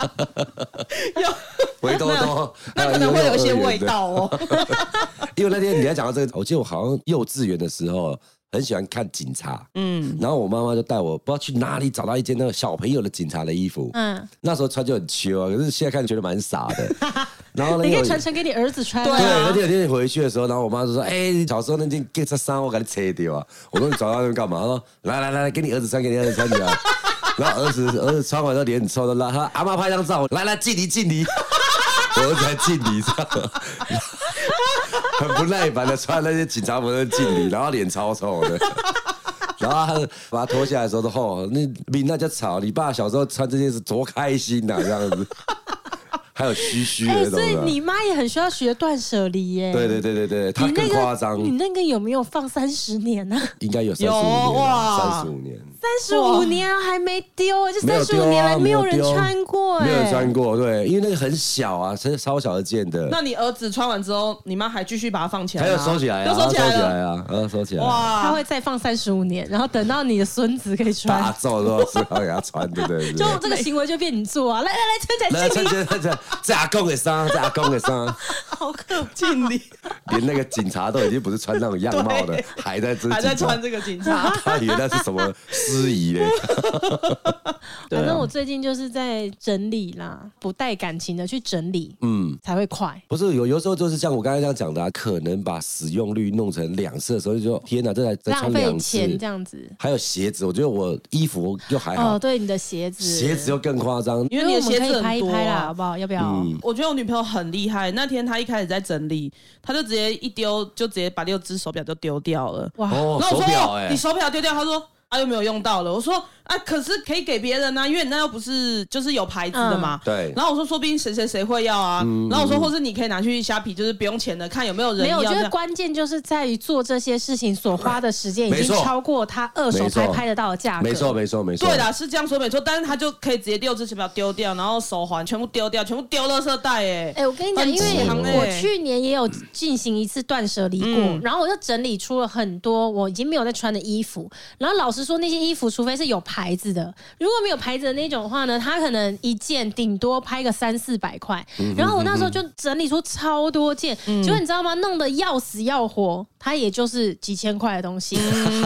[SPEAKER 3] 在，
[SPEAKER 2] 有
[SPEAKER 3] 围 兜兜，
[SPEAKER 2] 那 可能会有一些味
[SPEAKER 3] 还
[SPEAKER 2] 道哦。
[SPEAKER 3] 有幼儿园的。因为那天你在讲到这个，我记得我好像幼稚园的时候很喜欢看警察，
[SPEAKER 2] 嗯，
[SPEAKER 3] 然后我妈妈就带我不知道去哪里找到一件那个小朋友的警察的衣服，
[SPEAKER 1] 嗯，
[SPEAKER 3] 那时候穿就很秋啊，可是现在看觉得蛮傻 的。然后那
[SPEAKER 1] 你可
[SPEAKER 3] 个
[SPEAKER 1] 以传承给你儿子穿。
[SPEAKER 2] 对
[SPEAKER 3] 对，
[SPEAKER 2] 啊
[SPEAKER 3] 而且有天你回去的时候，然后我妈就说：“哎、你小时候那件 get 这衫我给你扯掉 啊！”我说：“你找到那边干嘛？”她说：“来来来，给你儿子穿，给你儿子穿起来。”然后儿子儿子穿完之后脸很臭，都拉他阿妈拍张照，来来敬礼敬礼。我儿子还敬礼，这样 很不耐烦的穿那些警察服的敬礼，然后脸超臭的。然后他把他脱下来的时候说：“哦，那比那叫吵，你爸小时候穿这件是多开心啊呐、这样子。”还有嘘嘘的
[SPEAKER 1] 哎、
[SPEAKER 3] 那种
[SPEAKER 1] 所
[SPEAKER 3] 的。
[SPEAKER 1] 以你妈也很需要学断舍离耶。
[SPEAKER 3] 对对对对对，他
[SPEAKER 1] 你
[SPEAKER 3] 更
[SPEAKER 1] 那
[SPEAKER 3] 夸
[SPEAKER 1] 个
[SPEAKER 3] 张，
[SPEAKER 1] 你那个有没有放三十年呢、啊？
[SPEAKER 3] 应该有三十
[SPEAKER 2] 有
[SPEAKER 3] 五年了，
[SPEAKER 2] 哇
[SPEAKER 3] 三十五年。
[SPEAKER 1] 三十五年啊还没丢，这三十
[SPEAKER 3] 丢
[SPEAKER 1] 五年
[SPEAKER 3] 啊，
[SPEAKER 1] 来没有人
[SPEAKER 3] 丢
[SPEAKER 1] 穿过，
[SPEAKER 3] 没有人
[SPEAKER 1] 哎
[SPEAKER 3] 穿过，对，因为那个很小啊，是超小的件的，
[SPEAKER 2] 那你儿子穿完之后，你妈还继续把它放起来
[SPEAKER 3] 还
[SPEAKER 2] 吗，
[SPEAKER 3] 要收起来啊，
[SPEAKER 2] 又收起
[SPEAKER 3] 收
[SPEAKER 2] 来
[SPEAKER 3] 起来
[SPEAKER 2] 了，
[SPEAKER 3] 啊，啊，收起来，哇，
[SPEAKER 1] 他
[SPEAKER 2] 哇！
[SPEAKER 1] 会再放三十五年，然后等到你的孙子可以
[SPEAKER 3] 大
[SPEAKER 1] 穿，
[SPEAKER 3] 罩都要知道给他穿，对不对？
[SPEAKER 1] 就这个行为就变你做啊！来来来，
[SPEAKER 3] 来，
[SPEAKER 1] 穿起
[SPEAKER 3] 这
[SPEAKER 1] 来，敬礼，
[SPEAKER 3] 这这这这阿公的衫，这阿公的衫，
[SPEAKER 1] 好可怕！
[SPEAKER 2] 敬 礼，
[SPEAKER 3] 连那个警察都已经不是穿那种样貌 的
[SPEAKER 2] 对，
[SPEAKER 3] 还在这
[SPEAKER 2] 还在穿这个警察。
[SPEAKER 3] 他以为那是什么司仪嘞？
[SPEAKER 1] 反正我
[SPEAKER 3] 啊
[SPEAKER 1] 最近就是在整理啦，不带感情的去整理，嗯，才会快。
[SPEAKER 3] 不是有有时候就是像我刚才这样讲的、啊，可能把使用率弄成两次的时候，就说天哪，这才才
[SPEAKER 1] 浪
[SPEAKER 3] 穿
[SPEAKER 1] 费
[SPEAKER 3] 两
[SPEAKER 1] 钱
[SPEAKER 3] 次
[SPEAKER 1] 这。样子。
[SPEAKER 3] 还有鞋子，我觉得我衣服就还好，
[SPEAKER 1] 哦，对，你的鞋子，
[SPEAKER 3] 鞋子，又更夸张。
[SPEAKER 1] 因
[SPEAKER 2] 因为
[SPEAKER 1] 为
[SPEAKER 2] 你
[SPEAKER 1] 我
[SPEAKER 2] 的
[SPEAKER 1] 们
[SPEAKER 2] 鞋
[SPEAKER 1] 可
[SPEAKER 2] 子
[SPEAKER 1] 以拍
[SPEAKER 2] 很
[SPEAKER 1] 一
[SPEAKER 2] 多、
[SPEAKER 1] 拍啦，
[SPEAKER 2] 啊
[SPEAKER 1] 好，不好？要不要？
[SPEAKER 3] 嗯
[SPEAKER 2] 我觉得我女朋友很厉害。那天她一开始在整理，她就直接一丢，就直接把六只手表就丢掉了。
[SPEAKER 1] 哇，
[SPEAKER 3] 哦，
[SPEAKER 2] 然后
[SPEAKER 3] 手
[SPEAKER 2] 我说、
[SPEAKER 3] 表
[SPEAKER 2] 哦
[SPEAKER 3] 哎、
[SPEAKER 2] 你手表丢掉，她说啊又没有用到了。我说啊，可是可以给别人啊，因为你那又不是就是有牌子的嘛。
[SPEAKER 3] 嗯对
[SPEAKER 2] 然后我说，说不定谁谁谁会要啊。然后我说，或是你可以拿去虾皮，就是不用钱的，看有没有人
[SPEAKER 1] 没有，
[SPEAKER 2] 要
[SPEAKER 1] 我
[SPEAKER 2] 这
[SPEAKER 1] 觉
[SPEAKER 2] 样。
[SPEAKER 1] 得关键就是在于做这些事情所花的时间已
[SPEAKER 3] 没
[SPEAKER 1] 经
[SPEAKER 3] 错
[SPEAKER 1] 超过他二手
[SPEAKER 3] 没错
[SPEAKER 1] 拍拍得到的价格。
[SPEAKER 3] 没错，没错没错，
[SPEAKER 2] 对啦，是这样说没错，但是他就可以直接六只手表丢掉，然后手环全部丢掉，全部丢垃圾袋、欸，
[SPEAKER 1] 哎、我跟你讲，
[SPEAKER 2] 很
[SPEAKER 1] 因为
[SPEAKER 2] 强欸
[SPEAKER 1] 我去年也有进行一次断舍离过，
[SPEAKER 2] 嗯
[SPEAKER 1] 然后我就整理出了很多我已经没有在穿的衣服。然后老实说，那些衣服除非是有牌子的，如果没有牌子的那种的话呢，它可能一件顶多拍个三四百块。然后我那时候就整理出超多件，结果你知道吗？弄得要死要活，它也就是几千块的东西，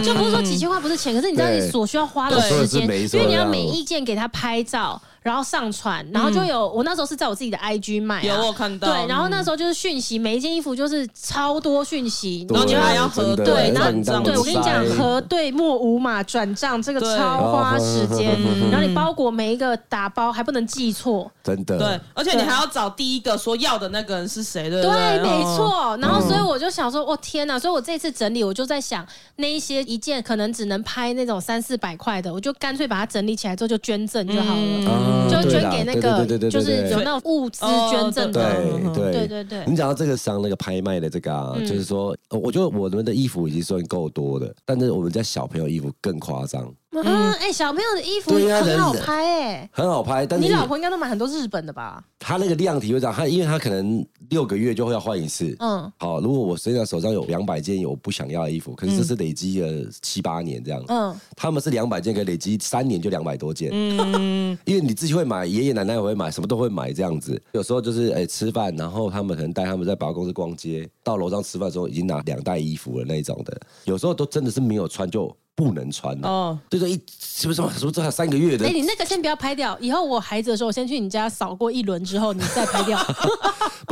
[SPEAKER 1] 就不是说几千块不是钱，可是你知道
[SPEAKER 3] 对
[SPEAKER 1] 你所需要花的
[SPEAKER 3] 我说的
[SPEAKER 1] 时
[SPEAKER 3] 是
[SPEAKER 1] 间，
[SPEAKER 3] 没
[SPEAKER 1] 因
[SPEAKER 3] 错
[SPEAKER 1] 为你要
[SPEAKER 3] 的
[SPEAKER 1] 每一件给它拍照。然后上传，然后就有、我那时候是在我自己的 IG 卖、啊，
[SPEAKER 2] 嗯有我有看到
[SPEAKER 1] 对，然后那时候就是讯息，每一件衣服就是超多讯息，
[SPEAKER 3] 对
[SPEAKER 2] 然后你还要核
[SPEAKER 3] 真的
[SPEAKER 1] 对，然后
[SPEAKER 3] 让让
[SPEAKER 2] 我
[SPEAKER 1] 对我跟你讲，
[SPEAKER 3] 塞
[SPEAKER 1] 核对末五码转账这个
[SPEAKER 2] 对嗯
[SPEAKER 1] 超花
[SPEAKER 3] 哦
[SPEAKER 1] 时间，然后你包裹每一个打包还不能记错，
[SPEAKER 3] 真的
[SPEAKER 2] 对，而且
[SPEAKER 1] 对
[SPEAKER 2] 你还要找第一个说要的那个人是谁，对不
[SPEAKER 1] 对，
[SPEAKER 2] 对？
[SPEAKER 1] 没
[SPEAKER 2] 嗯。
[SPEAKER 1] 错。然后所以我就想说，哦天哪！所以我这次整理，我就在想那一些一件可能只能拍那种三四百块的，我就干脆把它整理起来之后就捐赠就好了，
[SPEAKER 3] 啊
[SPEAKER 1] 嗯就
[SPEAKER 3] 对
[SPEAKER 1] 捐
[SPEAKER 3] 啦
[SPEAKER 1] 给那
[SPEAKER 3] 对
[SPEAKER 1] 个
[SPEAKER 3] 对对对对
[SPEAKER 1] 就是
[SPEAKER 3] 对
[SPEAKER 1] 有那种物资
[SPEAKER 2] 哦
[SPEAKER 1] 捐赠的。
[SPEAKER 3] 对对
[SPEAKER 1] 对对对嗯
[SPEAKER 3] 你讲到这个商那个拍卖的这个啊，就是说，呃我觉得我们的衣服已经算够多的，但是我们家小朋友衣服更夸张，
[SPEAKER 1] 嗯，哎，小朋友的衣服
[SPEAKER 3] 对呀
[SPEAKER 1] 很好
[SPEAKER 3] 人
[SPEAKER 1] 拍哎。
[SPEAKER 3] 很好拍，但是
[SPEAKER 1] 你老婆应该都买很多日本的吧？
[SPEAKER 3] 他那个量体会长，他因为他可能六个月就会要换一次。
[SPEAKER 1] 嗯
[SPEAKER 3] 好，如果我身上手上有两百件我不想要的衣服，可是这是累积了七八年这样。
[SPEAKER 1] 嗯，
[SPEAKER 3] 他们是两百件，可以累积三年就两百多件。
[SPEAKER 1] 嗯
[SPEAKER 3] 因为你自己会买，爷爷奶奶也会买，什么都会买这样子。有时候就是哎、吃饭，然后他们可能带他们在百货公司逛街，到楼上吃饭的时候已经拿两袋衣服了那种的。有时候都真的是没有穿就不能穿了。
[SPEAKER 2] 哦，
[SPEAKER 3] 所以说一是不是什么这三个月的
[SPEAKER 1] 哎，你那个先不要拍掉，以后我孩子的时候，我先去你家扫过一轮之后，你再拍 掉。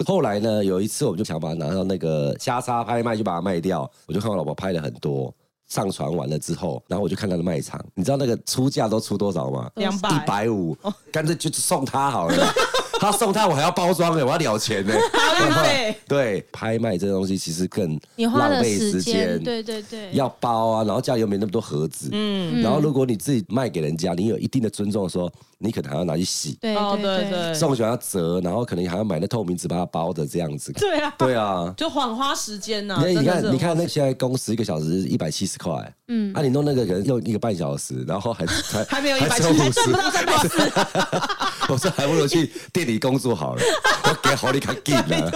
[SPEAKER 3] 后来呢，有一次我们就想把它拿到那个加差拍卖，就把它卖掉。我就看我老婆拍了很多，上传完了之后，然后我就看她的卖场，你知道那个出价都出多少吗？
[SPEAKER 2] 200
[SPEAKER 3] 一百五，干脆就送她好了。她送她，我还要包装哎，我要了钱呢。
[SPEAKER 2] 还要运费
[SPEAKER 3] 对，拍卖这东西其实更
[SPEAKER 1] 你花
[SPEAKER 3] 浪
[SPEAKER 1] 了
[SPEAKER 3] 费
[SPEAKER 1] 时
[SPEAKER 3] 时
[SPEAKER 1] 间，
[SPEAKER 3] 间，
[SPEAKER 1] 对对对，
[SPEAKER 3] 要包啊，然后家里又没那么多盒子，嗯，然后如果你自己卖给人家，你有一定的尊重的时候，你可能还要拿去洗，
[SPEAKER 1] 对
[SPEAKER 2] 哦，
[SPEAKER 1] 对
[SPEAKER 2] 对对，
[SPEAKER 3] 送喜欢要折，然后可能还要买那透明纸把它包着这样子，
[SPEAKER 1] 对啊，
[SPEAKER 3] 对啊，
[SPEAKER 2] 就很花时间呐，
[SPEAKER 3] 你
[SPEAKER 2] 啊真
[SPEAKER 3] 看，你
[SPEAKER 2] 的是
[SPEAKER 3] 看，你看，那现在工时一个小时一百七十块，嗯，啊，你弄那个可能用一个半小时，然后还 还
[SPEAKER 2] 还没有
[SPEAKER 3] 还剩
[SPEAKER 2] 170还
[SPEAKER 3] 50
[SPEAKER 2] 赚不到
[SPEAKER 3] 我说还不如去店里工 作好了，我给好你看劲了，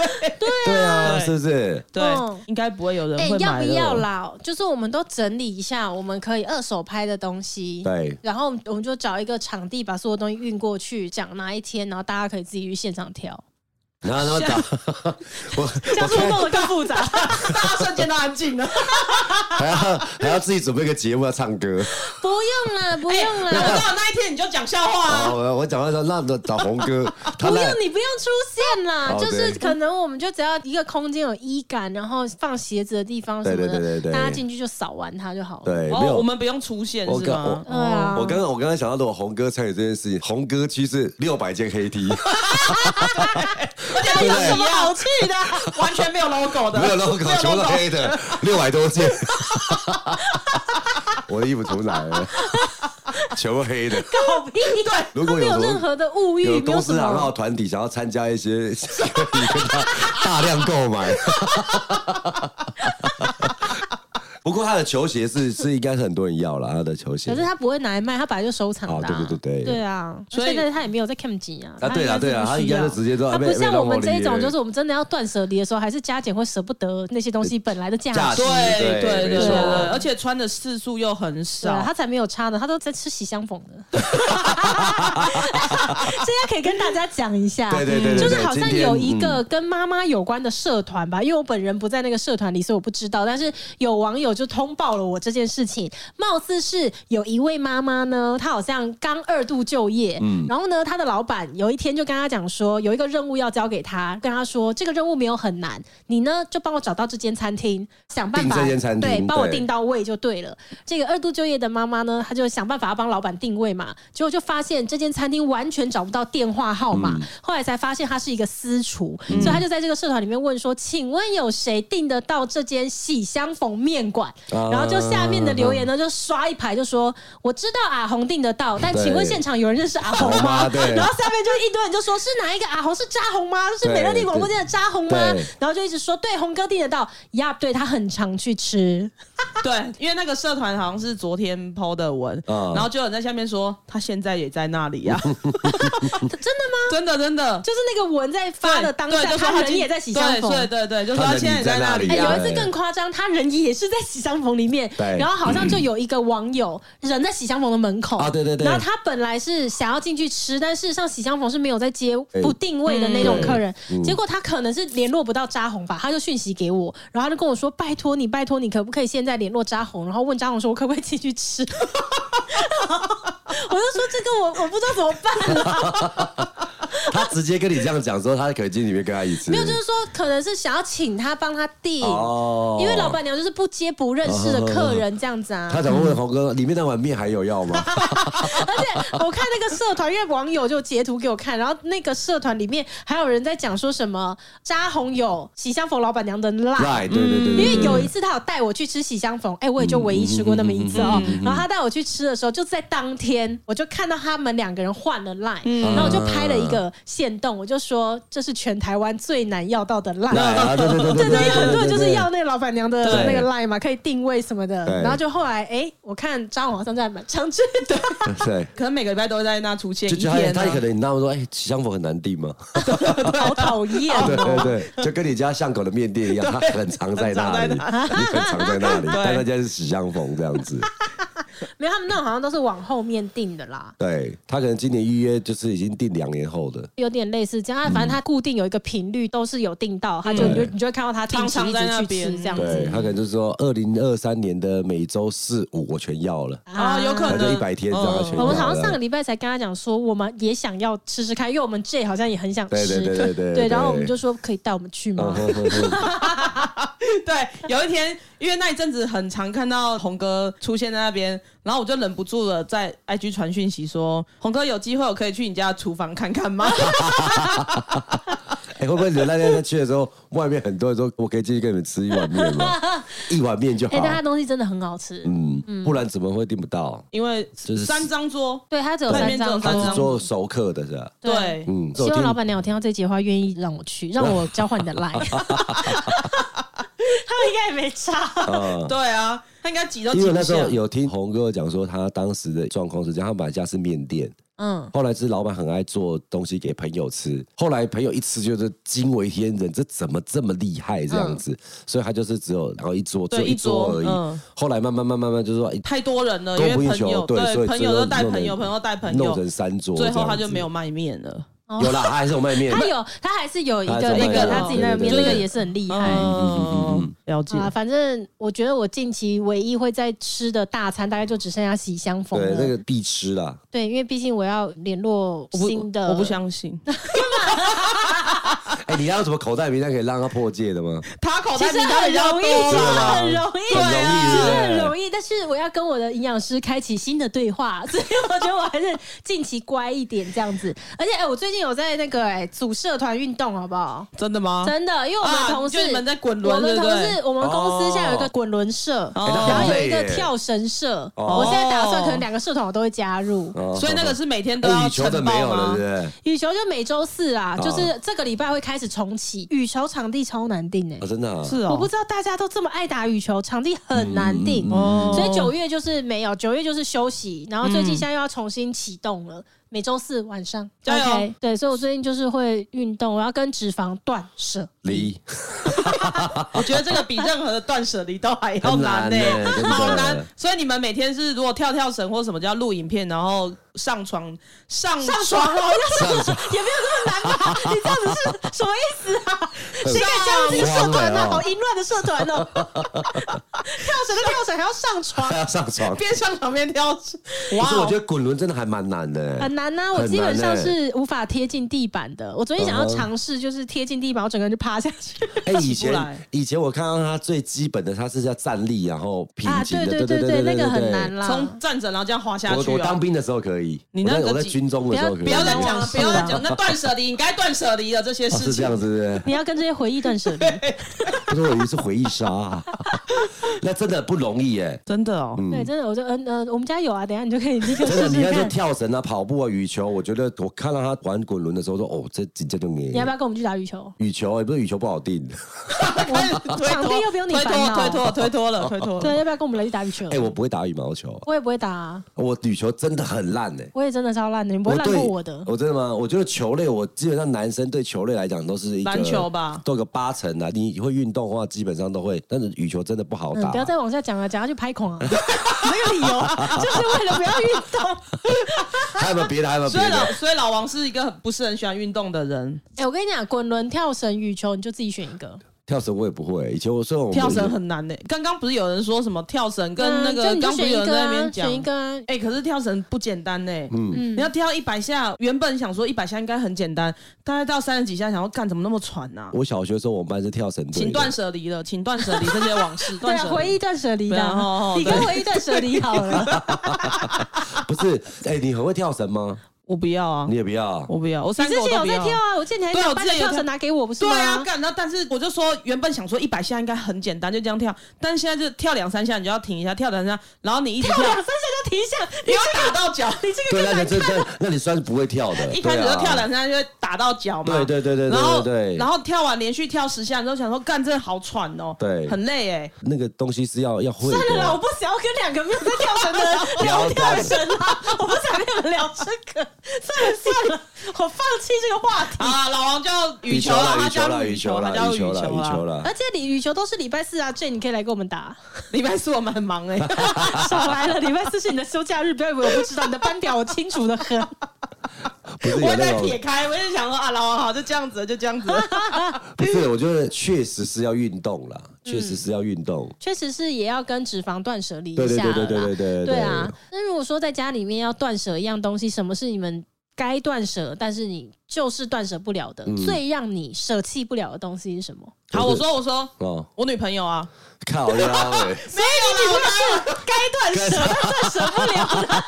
[SPEAKER 3] 对啊，
[SPEAKER 2] 对
[SPEAKER 3] 是不是？
[SPEAKER 2] 对
[SPEAKER 1] 嗯，
[SPEAKER 2] 应该不会有人
[SPEAKER 1] 哎、
[SPEAKER 2] 会
[SPEAKER 1] 要
[SPEAKER 2] 买
[SPEAKER 1] 不
[SPEAKER 2] 的。哦
[SPEAKER 1] 要啦？就是我们都整理一下，我们可以二手拍的东西。
[SPEAKER 3] 对
[SPEAKER 1] 然后我们就找一个场地，把所有东西运过去，讲哪一天，然后大家可以自己去现场 挑。
[SPEAKER 3] 然后他们打， 我
[SPEAKER 1] 这
[SPEAKER 3] 我
[SPEAKER 1] 样说
[SPEAKER 3] 看
[SPEAKER 1] 弄得更复杂。
[SPEAKER 2] 大家瞬间都安静了。
[SPEAKER 3] 还要还要自己准备个节目要唱歌。
[SPEAKER 1] 不用啦， 不
[SPEAKER 2] 哎
[SPEAKER 1] 用
[SPEAKER 2] 那我
[SPEAKER 1] 啦，
[SPEAKER 2] 到那一天你就讲笑话啊
[SPEAKER 3] 好，。哦我我讲到说，那找红哥，他
[SPEAKER 1] 不
[SPEAKER 3] 那
[SPEAKER 1] 用你不用出现啦，
[SPEAKER 3] 哦
[SPEAKER 1] 就是
[SPEAKER 3] 对
[SPEAKER 1] 可能我们就只要一个空间有衣杆，然后放鞋子的地方什么的，
[SPEAKER 3] 对对对对对
[SPEAKER 1] 大家进去就扫完它就好了。
[SPEAKER 3] 对没
[SPEAKER 2] 哦，
[SPEAKER 3] 有
[SPEAKER 2] 我们不用出现
[SPEAKER 3] 我
[SPEAKER 2] 是
[SPEAKER 3] 刚
[SPEAKER 2] 吗
[SPEAKER 3] 我？
[SPEAKER 1] 对啊，
[SPEAKER 3] 我刚 刚我刚刚想到，如果红哥参与这件事情，红哥区是六百件黑 T，
[SPEAKER 2] 而且都
[SPEAKER 3] 对
[SPEAKER 2] 有
[SPEAKER 3] 不对
[SPEAKER 2] 什么好气的？完全没 有 logo 的，
[SPEAKER 3] 没有 logo，全部都黑的，六百多件。 我的衣服从哪来的？ 全部 黑的。
[SPEAKER 1] 对
[SPEAKER 3] 如果
[SPEAKER 1] 没
[SPEAKER 3] 有
[SPEAKER 1] 有
[SPEAKER 3] 什么
[SPEAKER 1] 任何的物欲，
[SPEAKER 3] 有
[SPEAKER 1] 没有
[SPEAKER 3] 公
[SPEAKER 1] 什
[SPEAKER 3] 司行号
[SPEAKER 1] 么。
[SPEAKER 3] 团体想要参加一些， 可以跟他大量购买。 不过他的球鞋是是应该是很多人要了，他的球鞋
[SPEAKER 1] 可是。他不会拿来卖，他本来就收藏的、啊
[SPEAKER 3] 哦对对对对
[SPEAKER 1] 对啊，
[SPEAKER 2] 所以
[SPEAKER 1] 现在他也没有在 cam 级啊。
[SPEAKER 3] 啊，对了对了，他应该就直接啊都
[SPEAKER 1] 他不像我们这一种，就是是我们真的要断舍离的时候，还是加减会舍不得那些东西本来的价
[SPEAKER 3] 价
[SPEAKER 1] 值
[SPEAKER 3] 值。
[SPEAKER 2] 对
[SPEAKER 3] 对
[SPEAKER 2] 对
[SPEAKER 3] 没
[SPEAKER 2] 对
[SPEAKER 3] 错
[SPEAKER 2] 对，而且穿的次数又很
[SPEAKER 1] 对啊，
[SPEAKER 2] 少
[SPEAKER 1] 他。才没有差呢，他都在吃喜相 逢的。现在可以跟大家讲一下，
[SPEAKER 3] 对对对对对嗯
[SPEAKER 1] 就是好像有一个跟妈妈有关的社团吧，因为我本人不在那个社团里，所以我不知道。但是有网友就通报了我这件事情，貌似是有一位妈妈呢，她好像刚二度就业，
[SPEAKER 3] 嗯
[SPEAKER 1] 然后呢，她的老板有一天就跟她讲说，有一个任务要交给她，跟她说这个任务没有很难，你呢就帮我找到这间餐厅，想办法
[SPEAKER 3] 订这间餐厅
[SPEAKER 1] 对，帮我
[SPEAKER 3] 对
[SPEAKER 1] 订到位就对了。这个二度就业的妈妈呢，她就想办法要帮老板定位嘛，结果就发现这间餐厅完全找不到电话号码，
[SPEAKER 3] 嗯
[SPEAKER 1] 后来才发现她是一个私厨，所以她就在这个社团里面问说：“请问有谁订得到这间喜相逢面馆？”
[SPEAKER 3] 啊
[SPEAKER 1] 然后就下面的留言呢，就刷一排就说：“我知道阿红订得到，但
[SPEAKER 3] 对
[SPEAKER 1] 请问现场有人认识阿红
[SPEAKER 3] 红
[SPEAKER 1] 吗
[SPEAKER 3] 吗？”对
[SPEAKER 1] 然后下面就一堆人就说：“是哪一个阿红？是扎红吗？是美乐蒂广播间的扎红吗
[SPEAKER 3] 对对？”
[SPEAKER 1] 然后就一直说：“对，红哥订得到呀，对他很常去吃。”
[SPEAKER 2] 对，因为那个社团好像是昨天 PO 的文，
[SPEAKER 3] 嗯
[SPEAKER 2] 然后就有人在下面说他现在也在那里 呀，
[SPEAKER 1] 真的吗？
[SPEAKER 2] 真的真的。
[SPEAKER 1] 就是那个文在发的当
[SPEAKER 2] 对
[SPEAKER 1] 下，
[SPEAKER 2] 就说
[SPEAKER 1] 他
[SPEAKER 2] 今
[SPEAKER 1] 人也在喜相逢。
[SPEAKER 2] 对对对对，就说
[SPEAKER 3] 他
[SPEAKER 2] 他
[SPEAKER 3] 人
[SPEAKER 2] 现在也在那里
[SPEAKER 1] 哎，
[SPEAKER 3] 也在
[SPEAKER 2] 啊
[SPEAKER 3] 那
[SPEAKER 1] 有
[SPEAKER 3] 里。
[SPEAKER 1] 一次更夸张，他人也是在喜相逢里面，
[SPEAKER 3] 对
[SPEAKER 1] 然后好像就有一个网友人在喜相逢的门口
[SPEAKER 3] 啊对对对
[SPEAKER 1] 然后他本来是想要进去吃，但事实上喜相逢是没有在接
[SPEAKER 3] 哎
[SPEAKER 1] 不定位的那种客人，结果他可能是联络不到扎红吧，他就讯息给我，然后他就跟我说：“拜托你，拜托你，可不可以现在联络扎红？”然后问扎红说：“我可不可以进去吃？” 我就说这个我我不知道怎么办了。
[SPEAKER 3] 他直接跟你这样讲之后，他可以进里面跟他一起。
[SPEAKER 1] 没有，就是说可能是想要请他帮他订，
[SPEAKER 3] 哦
[SPEAKER 1] 因为老板娘就是不接不认识的客人这样子啊。
[SPEAKER 3] 他怎么问红哥里面那碗面还有要 吗？
[SPEAKER 1] 而且我看那个社团，因为网友就截图给我看，然后那个社团里面还有人在讲说什么扎红有喜相逢老板娘的辣。
[SPEAKER 3] 对对对对，
[SPEAKER 1] 因为
[SPEAKER 3] 对
[SPEAKER 1] 有一次他有带我去吃喜相逢，哎、我也就唯一吃过那么一次
[SPEAKER 3] 嗯
[SPEAKER 1] 哦。然后他带我去吃的时候，就在当天，我就看到他们两个人换了 line，、然
[SPEAKER 3] 嗯
[SPEAKER 1] 后我就拍了一个线动，我就说这是全台湾最难要到的 line。
[SPEAKER 3] 来啊对对对对
[SPEAKER 1] 对，因为
[SPEAKER 3] 对，
[SPEAKER 1] 很多人就是要那个老板娘的那
[SPEAKER 2] 对
[SPEAKER 1] 个 line 嘛，可以定位什么的。
[SPEAKER 3] 对
[SPEAKER 1] 然后就后来，哎，我看张网好像在蛮常去的，
[SPEAKER 3] 对。
[SPEAKER 2] 可能每个礼拜都会在那出现
[SPEAKER 3] 就
[SPEAKER 2] 一
[SPEAKER 3] 就他
[SPEAKER 2] 天啊。
[SPEAKER 3] 他可能你那么说，哎，香粉很难订吗？
[SPEAKER 1] 好讨厌
[SPEAKER 3] 对
[SPEAKER 1] 哦。
[SPEAKER 3] 对对，就跟你家巷口的面店一样，他很常在那里，
[SPEAKER 2] 很
[SPEAKER 3] 你
[SPEAKER 2] 常
[SPEAKER 3] 很常在那里，
[SPEAKER 2] 对
[SPEAKER 3] 但他家是喜相逢这样子。
[SPEAKER 1] 没有，他们那种好像都是往后面定的啦，
[SPEAKER 3] 对他可能今年预约就是已经定两年后的，
[SPEAKER 1] 有点类似这样。啊反正他固定有一个频率，都是有定到，他就你就你就会看到他嗯定期
[SPEAKER 2] 常
[SPEAKER 1] 一
[SPEAKER 2] 常在那
[SPEAKER 1] 直去
[SPEAKER 2] 边
[SPEAKER 1] 吃这样
[SPEAKER 3] 对
[SPEAKER 1] 子。
[SPEAKER 3] 他可能就是说，二零二三年的每周四五我全要了，
[SPEAKER 2] 啊，有可
[SPEAKER 3] 他就
[SPEAKER 2] 能
[SPEAKER 3] 一百天这样他全
[SPEAKER 2] 嗯
[SPEAKER 3] 要
[SPEAKER 1] 我
[SPEAKER 3] 了。
[SPEAKER 1] 们好像上个礼拜才跟他讲说，我们也想要吃吃看，因为我们 J 好像也很想吃，
[SPEAKER 3] 对对对对对
[SPEAKER 1] 对，嗯然后我们就说可以带我们去
[SPEAKER 3] 嗯
[SPEAKER 1] 吗？
[SPEAKER 2] 对，有一天，因为那一阵子很常看到红哥出现在那边，然后我就忍不住了，在 IG 传讯息说：“红哥，有机会我可以去你家厨房看看吗
[SPEAKER 3] 哎，会不会你们那天在去的时候，外面很多人说，我可以进去跟你们吃一碗面吗？一碗面就好
[SPEAKER 1] 哎，，但他东西真的很好吃，
[SPEAKER 3] 嗯，不然怎么会订不到？”？
[SPEAKER 2] 因为
[SPEAKER 3] 就是
[SPEAKER 2] 三张桌，
[SPEAKER 1] 对，他只有
[SPEAKER 2] 外
[SPEAKER 1] 三
[SPEAKER 2] 面只有
[SPEAKER 1] 张
[SPEAKER 2] 三
[SPEAKER 1] 桌
[SPEAKER 2] 张
[SPEAKER 3] 是做熟客的是吧？
[SPEAKER 2] 对，
[SPEAKER 3] 嗯，
[SPEAKER 1] 希望老板娘有听到这集的话，愿意让我去，让我交 换你的 line。他们应该也没差。
[SPEAKER 3] 啊。
[SPEAKER 2] 对啊，他应该挤都
[SPEAKER 3] 因
[SPEAKER 2] 挤
[SPEAKER 3] 为
[SPEAKER 2] 不
[SPEAKER 3] 那时
[SPEAKER 2] 下
[SPEAKER 3] 候。有听红哥讲说，他当时的状况是这样，他本来家是面店，
[SPEAKER 1] 嗯，
[SPEAKER 3] 后来是老板很爱做东西给朋友吃，后来朋友一吃就是惊为天人，这怎么这么厉害这样子？所以他就是只有然后一桌，
[SPEAKER 2] 嗯
[SPEAKER 3] 只
[SPEAKER 2] 对
[SPEAKER 3] 有一桌
[SPEAKER 2] 一桌
[SPEAKER 3] 而已。
[SPEAKER 2] 嗯
[SPEAKER 3] 后来慢慢慢慢慢就说，哎
[SPEAKER 2] 太多人了，因
[SPEAKER 3] 供
[SPEAKER 2] 为
[SPEAKER 3] 不应
[SPEAKER 2] 朋
[SPEAKER 3] 求，
[SPEAKER 2] 友
[SPEAKER 3] 所以
[SPEAKER 2] 朋
[SPEAKER 3] 最
[SPEAKER 2] 友
[SPEAKER 3] 后
[SPEAKER 2] 都带
[SPEAKER 3] 弄
[SPEAKER 2] 朋友，
[SPEAKER 3] 成
[SPEAKER 2] 朋友带朋
[SPEAKER 3] 弄
[SPEAKER 2] 友
[SPEAKER 3] 成，三桌这
[SPEAKER 2] 最
[SPEAKER 3] 样子，
[SPEAKER 2] 后他就没有卖面了。
[SPEAKER 3] 有啦，他还是有卖面，
[SPEAKER 1] 他有，他还是有一
[SPEAKER 3] 他
[SPEAKER 1] 个
[SPEAKER 3] 还是
[SPEAKER 1] 那
[SPEAKER 2] 有
[SPEAKER 1] 个
[SPEAKER 2] 卖
[SPEAKER 1] 他自己那个面，
[SPEAKER 3] 对对
[SPEAKER 1] 那
[SPEAKER 3] 对
[SPEAKER 1] 个也是很厉
[SPEAKER 3] 嗯
[SPEAKER 1] 害。
[SPEAKER 2] 嗯，了解
[SPEAKER 1] 好。啊啦，反正我觉得我近期唯一会在吃的大餐，大概就只剩下喜相逢
[SPEAKER 3] 对
[SPEAKER 1] 了。
[SPEAKER 3] 那个必吃啦。
[SPEAKER 1] 对，因为毕竟我要联络
[SPEAKER 2] 我不
[SPEAKER 1] 新的，
[SPEAKER 2] 我不相信，
[SPEAKER 3] 哎，你要有什么口袋名单可以让他破戒的吗？
[SPEAKER 2] 他口
[SPEAKER 1] 其
[SPEAKER 2] 袋
[SPEAKER 1] 实
[SPEAKER 2] 比他
[SPEAKER 1] 很
[SPEAKER 2] 比较
[SPEAKER 1] 容易，
[SPEAKER 2] 多
[SPEAKER 1] 其实
[SPEAKER 2] 啦。
[SPEAKER 1] 很容 易，
[SPEAKER 3] 啊很容易
[SPEAKER 1] 其实很
[SPEAKER 3] 对
[SPEAKER 1] 容易。但是我要跟我的营养师开启新的对话， 所以我觉得我还是近期乖一点这样子。而且，哎、我最近有在那个哎、组社团运动，好不好？
[SPEAKER 2] 真的吗？
[SPEAKER 1] 真的，因为我们
[SPEAKER 2] 啊
[SPEAKER 1] 同事、
[SPEAKER 2] 就你们在滚轮
[SPEAKER 1] 我们
[SPEAKER 2] 对不
[SPEAKER 1] 同
[SPEAKER 2] 对
[SPEAKER 1] 事我们公司现在有一个滚轮社，
[SPEAKER 3] 哎
[SPEAKER 2] 哦
[SPEAKER 1] 然后有一个跳绳社。
[SPEAKER 3] 哦
[SPEAKER 1] 我现在打算可能两个社团我都会加入。
[SPEAKER 3] 哦
[SPEAKER 2] 所以那个是每天都
[SPEAKER 3] 哎
[SPEAKER 2] 要
[SPEAKER 3] 羽球的
[SPEAKER 2] 晨
[SPEAKER 3] 没有
[SPEAKER 2] 报
[SPEAKER 3] 了，
[SPEAKER 2] 吗？
[SPEAKER 3] 对
[SPEAKER 1] 羽球就每周四啊，
[SPEAKER 3] 哦
[SPEAKER 1] 就是这个礼拜会开始重启。羽球场地超难定哎、
[SPEAKER 3] 不对？啊，真的啊啊，
[SPEAKER 2] 是哦，
[SPEAKER 1] 我不知道大家都这么爱打羽球，场地很难定，
[SPEAKER 2] 哦
[SPEAKER 1] 所以九月就是没有，九月就是休息，然后最近现在又要重新启动
[SPEAKER 2] 嗯
[SPEAKER 1] 了，每周四晚上
[SPEAKER 2] 加油
[SPEAKER 1] OK，对，所以我最近就是会运动，我要跟脂肪断舍。
[SPEAKER 3] 离
[SPEAKER 2] 我觉得这个比任何的断舍离都还要难呢、
[SPEAKER 3] 很难欸真的
[SPEAKER 2] 好难。所以你们每天是如果跳跳绳或什么叫录影片，然后上床上上
[SPEAKER 1] 爽
[SPEAKER 2] 床
[SPEAKER 1] 了，好像
[SPEAKER 3] 上床
[SPEAKER 1] 也没有那么难吧？你这样子是什么意思啊？
[SPEAKER 3] 很
[SPEAKER 1] 谁敢加入这个社团呢、
[SPEAKER 3] 荒
[SPEAKER 1] 啊？
[SPEAKER 3] 谬哦
[SPEAKER 1] 好淫乱的社团哦！跳绳就跳绳，还要上床
[SPEAKER 3] 还，要啊上 床。
[SPEAKER 1] 哦
[SPEAKER 2] 边上床边跳。
[SPEAKER 3] 可
[SPEAKER 2] 哇
[SPEAKER 3] 是我觉
[SPEAKER 2] 哦，
[SPEAKER 3] 得滚轮真的还蛮难的、
[SPEAKER 1] 很难呐、我
[SPEAKER 3] 很
[SPEAKER 1] 基本上
[SPEAKER 3] 难欸
[SPEAKER 1] 是无法贴近地板的。我昨天想要尝试，就是贴近地板，我整个人就趴下去。
[SPEAKER 3] 哎、以
[SPEAKER 2] 起不来
[SPEAKER 3] 前以前我看到他最基本的，他是要站立，然后平
[SPEAKER 1] 啊，
[SPEAKER 3] 行
[SPEAKER 1] 对
[SPEAKER 3] 的，
[SPEAKER 1] 对对对，那个很难啊啦。
[SPEAKER 2] 从站着然后这样滑下去、
[SPEAKER 3] 我我当
[SPEAKER 2] 哦。
[SPEAKER 3] 兵的时候可以，
[SPEAKER 2] 你
[SPEAKER 3] 我
[SPEAKER 2] 那
[SPEAKER 3] 在
[SPEAKER 2] 个
[SPEAKER 3] 我在
[SPEAKER 2] 几
[SPEAKER 3] 军中的时候可
[SPEAKER 1] 不
[SPEAKER 3] 以，
[SPEAKER 2] 不要再
[SPEAKER 1] 当
[SPEAKER 2] 讲
[SPEAKER 1] 我
[SPEAKER 2] 了，不要再
[SPEAKER 1] 是
[SPEAKER 2] 讲，那断舍离，你该断舍离了这些事
[SPEAKER 3] 哦 是这
[SPEAKER 2] 情。
[SPEAKER 3] 样子是不是。
[SPEAKER 1] 你要跟这些回忆断舍离，
[SPEAKER 3] 不是我以为是回忆杀、 那真的不容易 耶。
[SPEAKER 2] 真的哦，
[SPEAKER 1] 对，真的，我就嗯呃，我们家有啊，等一下你就可以立刻
[SPEAKER 3] 真的，
[SPEAKER 1] 试
[SPEAKER 3] 你
[SPEAKER 1] 试
[SPEAKER 3] 要说
[SPEAKER 1] 看。
[SPEAKER 3] 跳绳啊、跑步啊、羽球，我觉得我看到他玩滚轮的时候说，哦，这直接就你
[SPEAKER 1] 你要不要跟我们去打羽球？
[SPEAKER 3] 羽球哎也不是羽球不好定，
[SPEAKER 2] 开始推 脱
[SPEAKER 1] 场地又不用你
[SPEAKER 2] 推
[SPEAKER 1] 烦
[SPEAKER 2] 脱，
[SPEAKER 1] 恼
[SPEAKER 2] 推脱，推脱了，推脱了。
[SPEAKER 1] 对，要不要跟我们来去打羽球？
[SPEAKER 3] 哎、我不会打羽毛球，
[SPEAKER 1] 我也不会打、啊，
[SPEAKER 3] 我羽球真的很烂哎。
[SPEAKER 1] 我也真的超烂的，你不会烂过我的。
[SPEAKER 3] 我真的吗？我觉得球类，我基本上男生对球类来讲都是一个
[SPEAKER 2] 篮球吧
[SPEAKER 3] 都有个八成啊。你会运动的话，基本上都会，但是羽球真的不好
[SPEAKER 1] 嗯，
[SPEAKER 3] 打。
[SPEAKER 1] 不要再往下讲了，讲下去拍孔啊！没有理由啊，就是为了不要运动。
[SPEAKER 3] 还有没有别的？还有没有 别
[SPEAKER 2] 所以老
[SPEAKER 3] 的？
[SPEAKER 2] 所以老王是一个很不是很喜欢运动的人，
[SPEAKER 1] 哎、我跟你讲，滚轮、跳绳、羽球，你就自己选一个。
[SPEAKER 3] 跳绳我也不会，以前我虽然我们
[SPEAKER 2] 跳绳很难呢、欸刚刚不是有人说什么跳绳跟
[SPEAKER 1] 嗯
[SPEAKER 2] 那
[SPEAKER 1] 就
[SPEAKER 2] 个，
[SPEAKER 1] 你就
[SPEAKER 2] 刚不
[SPEAKER 1] 选
[SPEAKER 2] 是
[SPEAKER 1] 一
[SPEAKER 2] 有人
[SPEAKER 1] 个
[SPEAKER 2] 在那
[SPEAKER 1] 啊，
[SPEAKER 2] 边讲
[SPEAKER 1] 选一个啊。
[SPEAKER 2] 哎、可是跳绳不简单呢、嗯，你要跳一百下，原本想说一百下应该很简单，大概到三十几下，想要干怎么那么喘啊？
[SPEAKER 3] 我小学的时候，我们班是跳绳队
[SPEAKER 2] 请
[SPEAKER 3] 的。
[SPEAKER 2] 断舍离了，请断舍离这些往事，
[SPEAKER 1] 对
[SPEAKER 2] 断
[SPEAKER 1] 啊，
[SPEAKER 2] 舍
[SPEAKER 1] 回
[SPEAKER 2] 离。
[SPEAKER 1] 忆断舍离的
[SPEAKER 2] 对啊
[SPEAKER 1] 啊，
[SPEAKER 2] 哦哦
[SPEAKER 1] 你跟
[SPEAKER 2] 对
[SPEAKER 1] 回忆断舍离好 了。
[SPEAKER 3] 不是，哎、你很会跳绳吗？
[SPEAKER 2] 我不要啊
[SPEAKER 3] 你，也不要。
[SPEAKER 2] 我不要，我
[SPEAKER 1] 你
[SPEAKER 2] 三
[SPEAKER 1] 之
[SPEAKER 2] 个我
[SPEAKER 1] 前
[SPEAKER 2] 都
[SPEAKER 1] 有
[SPEAKER 2] 不
[SPEAKER 1] 在
[SPEAKER 2] 要。
[SPEAKER 1] 跳啊？我见你还
[SPEAKER 2] 对
[SPEAKER 1] 想
[SPEAKER 2] 我
[SPEAKER 1] 把
[SPEAKER 2] 之
[SPEAKER 1] 你
[SPEAKER 2] 前有
[SPEAKER 1] 跳绳拿给我，不是
[SPEAKER 2] 对
[SPEAKER 1] 吗？
[SPEAKER 2] 啊，干！那但是我就说，原本想说一百下应该很简单，就这样跳，但是现在就跳两三下，你就要停一下，跳两三下，然后你一直
[SPEAKER 1] 跳
[SPEAKER 2] 跳
[SPEAKER 1] 两，三下就停一下，
[SPEAKER 2] 你
[SPEAKER 1] 你
[SPEAKER 2] 要打到脚。
[SPEAKER 1] 你这个
[SPEAKER 3] 对，
[SPEAKER 1] 更
[SPEAKER 3] 啊那
[SPEAKER 1] 难
[SPEAKER 3] 你这
[SPEAKER 1] 看。
[SPEAKER 3] 那那你算是不会跳的。
[SPEAKER 2] 一开始就
[SPEAKER 3] 对啊
[SPEAKER 2] 跳两下，就会打到脚嘛。
[SPEAKER 3] 对对对对对
[SPEAKER 2] 然后
[SPEAKER 3] 对对
[SPEAKER 2] 然后跳完连续跳十下，你就想说，干，这好喘哦，
[SPEAKER 3] 对
[SPEAKER 2] 很累哎。
[SPEAKER 3] 那个东西是要要会的。
[SPEAKER 1] 算了啦，我不想要跟两个没有在跳绳的人聊
[SPEAKER 3] 聊
[SPEAKER 1] 跳
[SPEAKER 3] 跳
[SPEAKER 1] 绳啦，我不想跟你们聊这个。算了算了，我放弃这个话题。
[SPEAKER 2] 啊，老王叫羽
[SPEAKER 3] 羽
[SPEAKER 2] 球
[SPEAKER 3] 啦，
[SPEAKER 2] 他
[SPEAKER 3] 羽球
[SPEAKER 2] 叫
[SPEAKER 3] 啦，
[SPEAKER 2] 羽啊他
[SPEAKER 3] 羽球啦，
[SPEAKER 2] 叫
[SPEAKER 3] 羽球啦，羽球
[SPEAKER 2] 了。
[SPEAKER 3] 啦
[SPEAKER 1] 而。且你羽球都是礼拜四啊，J，你可以来跟我们打。
[SPEAKER 2] 礼拜四我们很忙 哎，
[SPEAKER 1] 少来了，礼拜四是你的休假日，不要以为我不知道你的班表，我清楚的很。
[SPEAKER 3] 不是
[SPEAKER 2] 我
[SPEAKER 3] 有
[SPEAKER 2] 也
[SPEAKER 3] 那
[SPEAKER 2] 在
[SPEAKER 3] 种
[SPEAKER 2] 撇开，我就想说啊，老王好，就这样子了，就这样子 了。
[SPEAKER 3] 不是，
[SPEAKER 2] 嗯
[SPEAKER 3] 我觉得确实是要运动啦，确实是要运动。
[SPEAKER 1] 确实是也要跟脂肪断舍离
[SPEAKER 3] 对
[SPEAKER 1] 一
[SPEAKER 3] 对
[SPEAKER 1] 下
[SPEAKER 3] 对
[SPEAKER 1] 啦
[SPEAKER 3] 对对对对
[SPEAKER 1] 对啊，那如果说在家里面要断舍一样东西，什么是你们该断舍，但是你就是断舍不了的，
[SPEAKER 3] 嗯
[SPEAKER 1] 最让你舍弃不了的东西是什么？
[SPEAKER 2] 好，我说我说，
[SPEAKER 3] 哦，
[SPEAKER 2] 我女朋友啊，
[SPEAKER 3] 靠腰哎，
[SPEAKER 2] 没有啦，
[SPEAKER 1] 该断舍但断 舍不了的，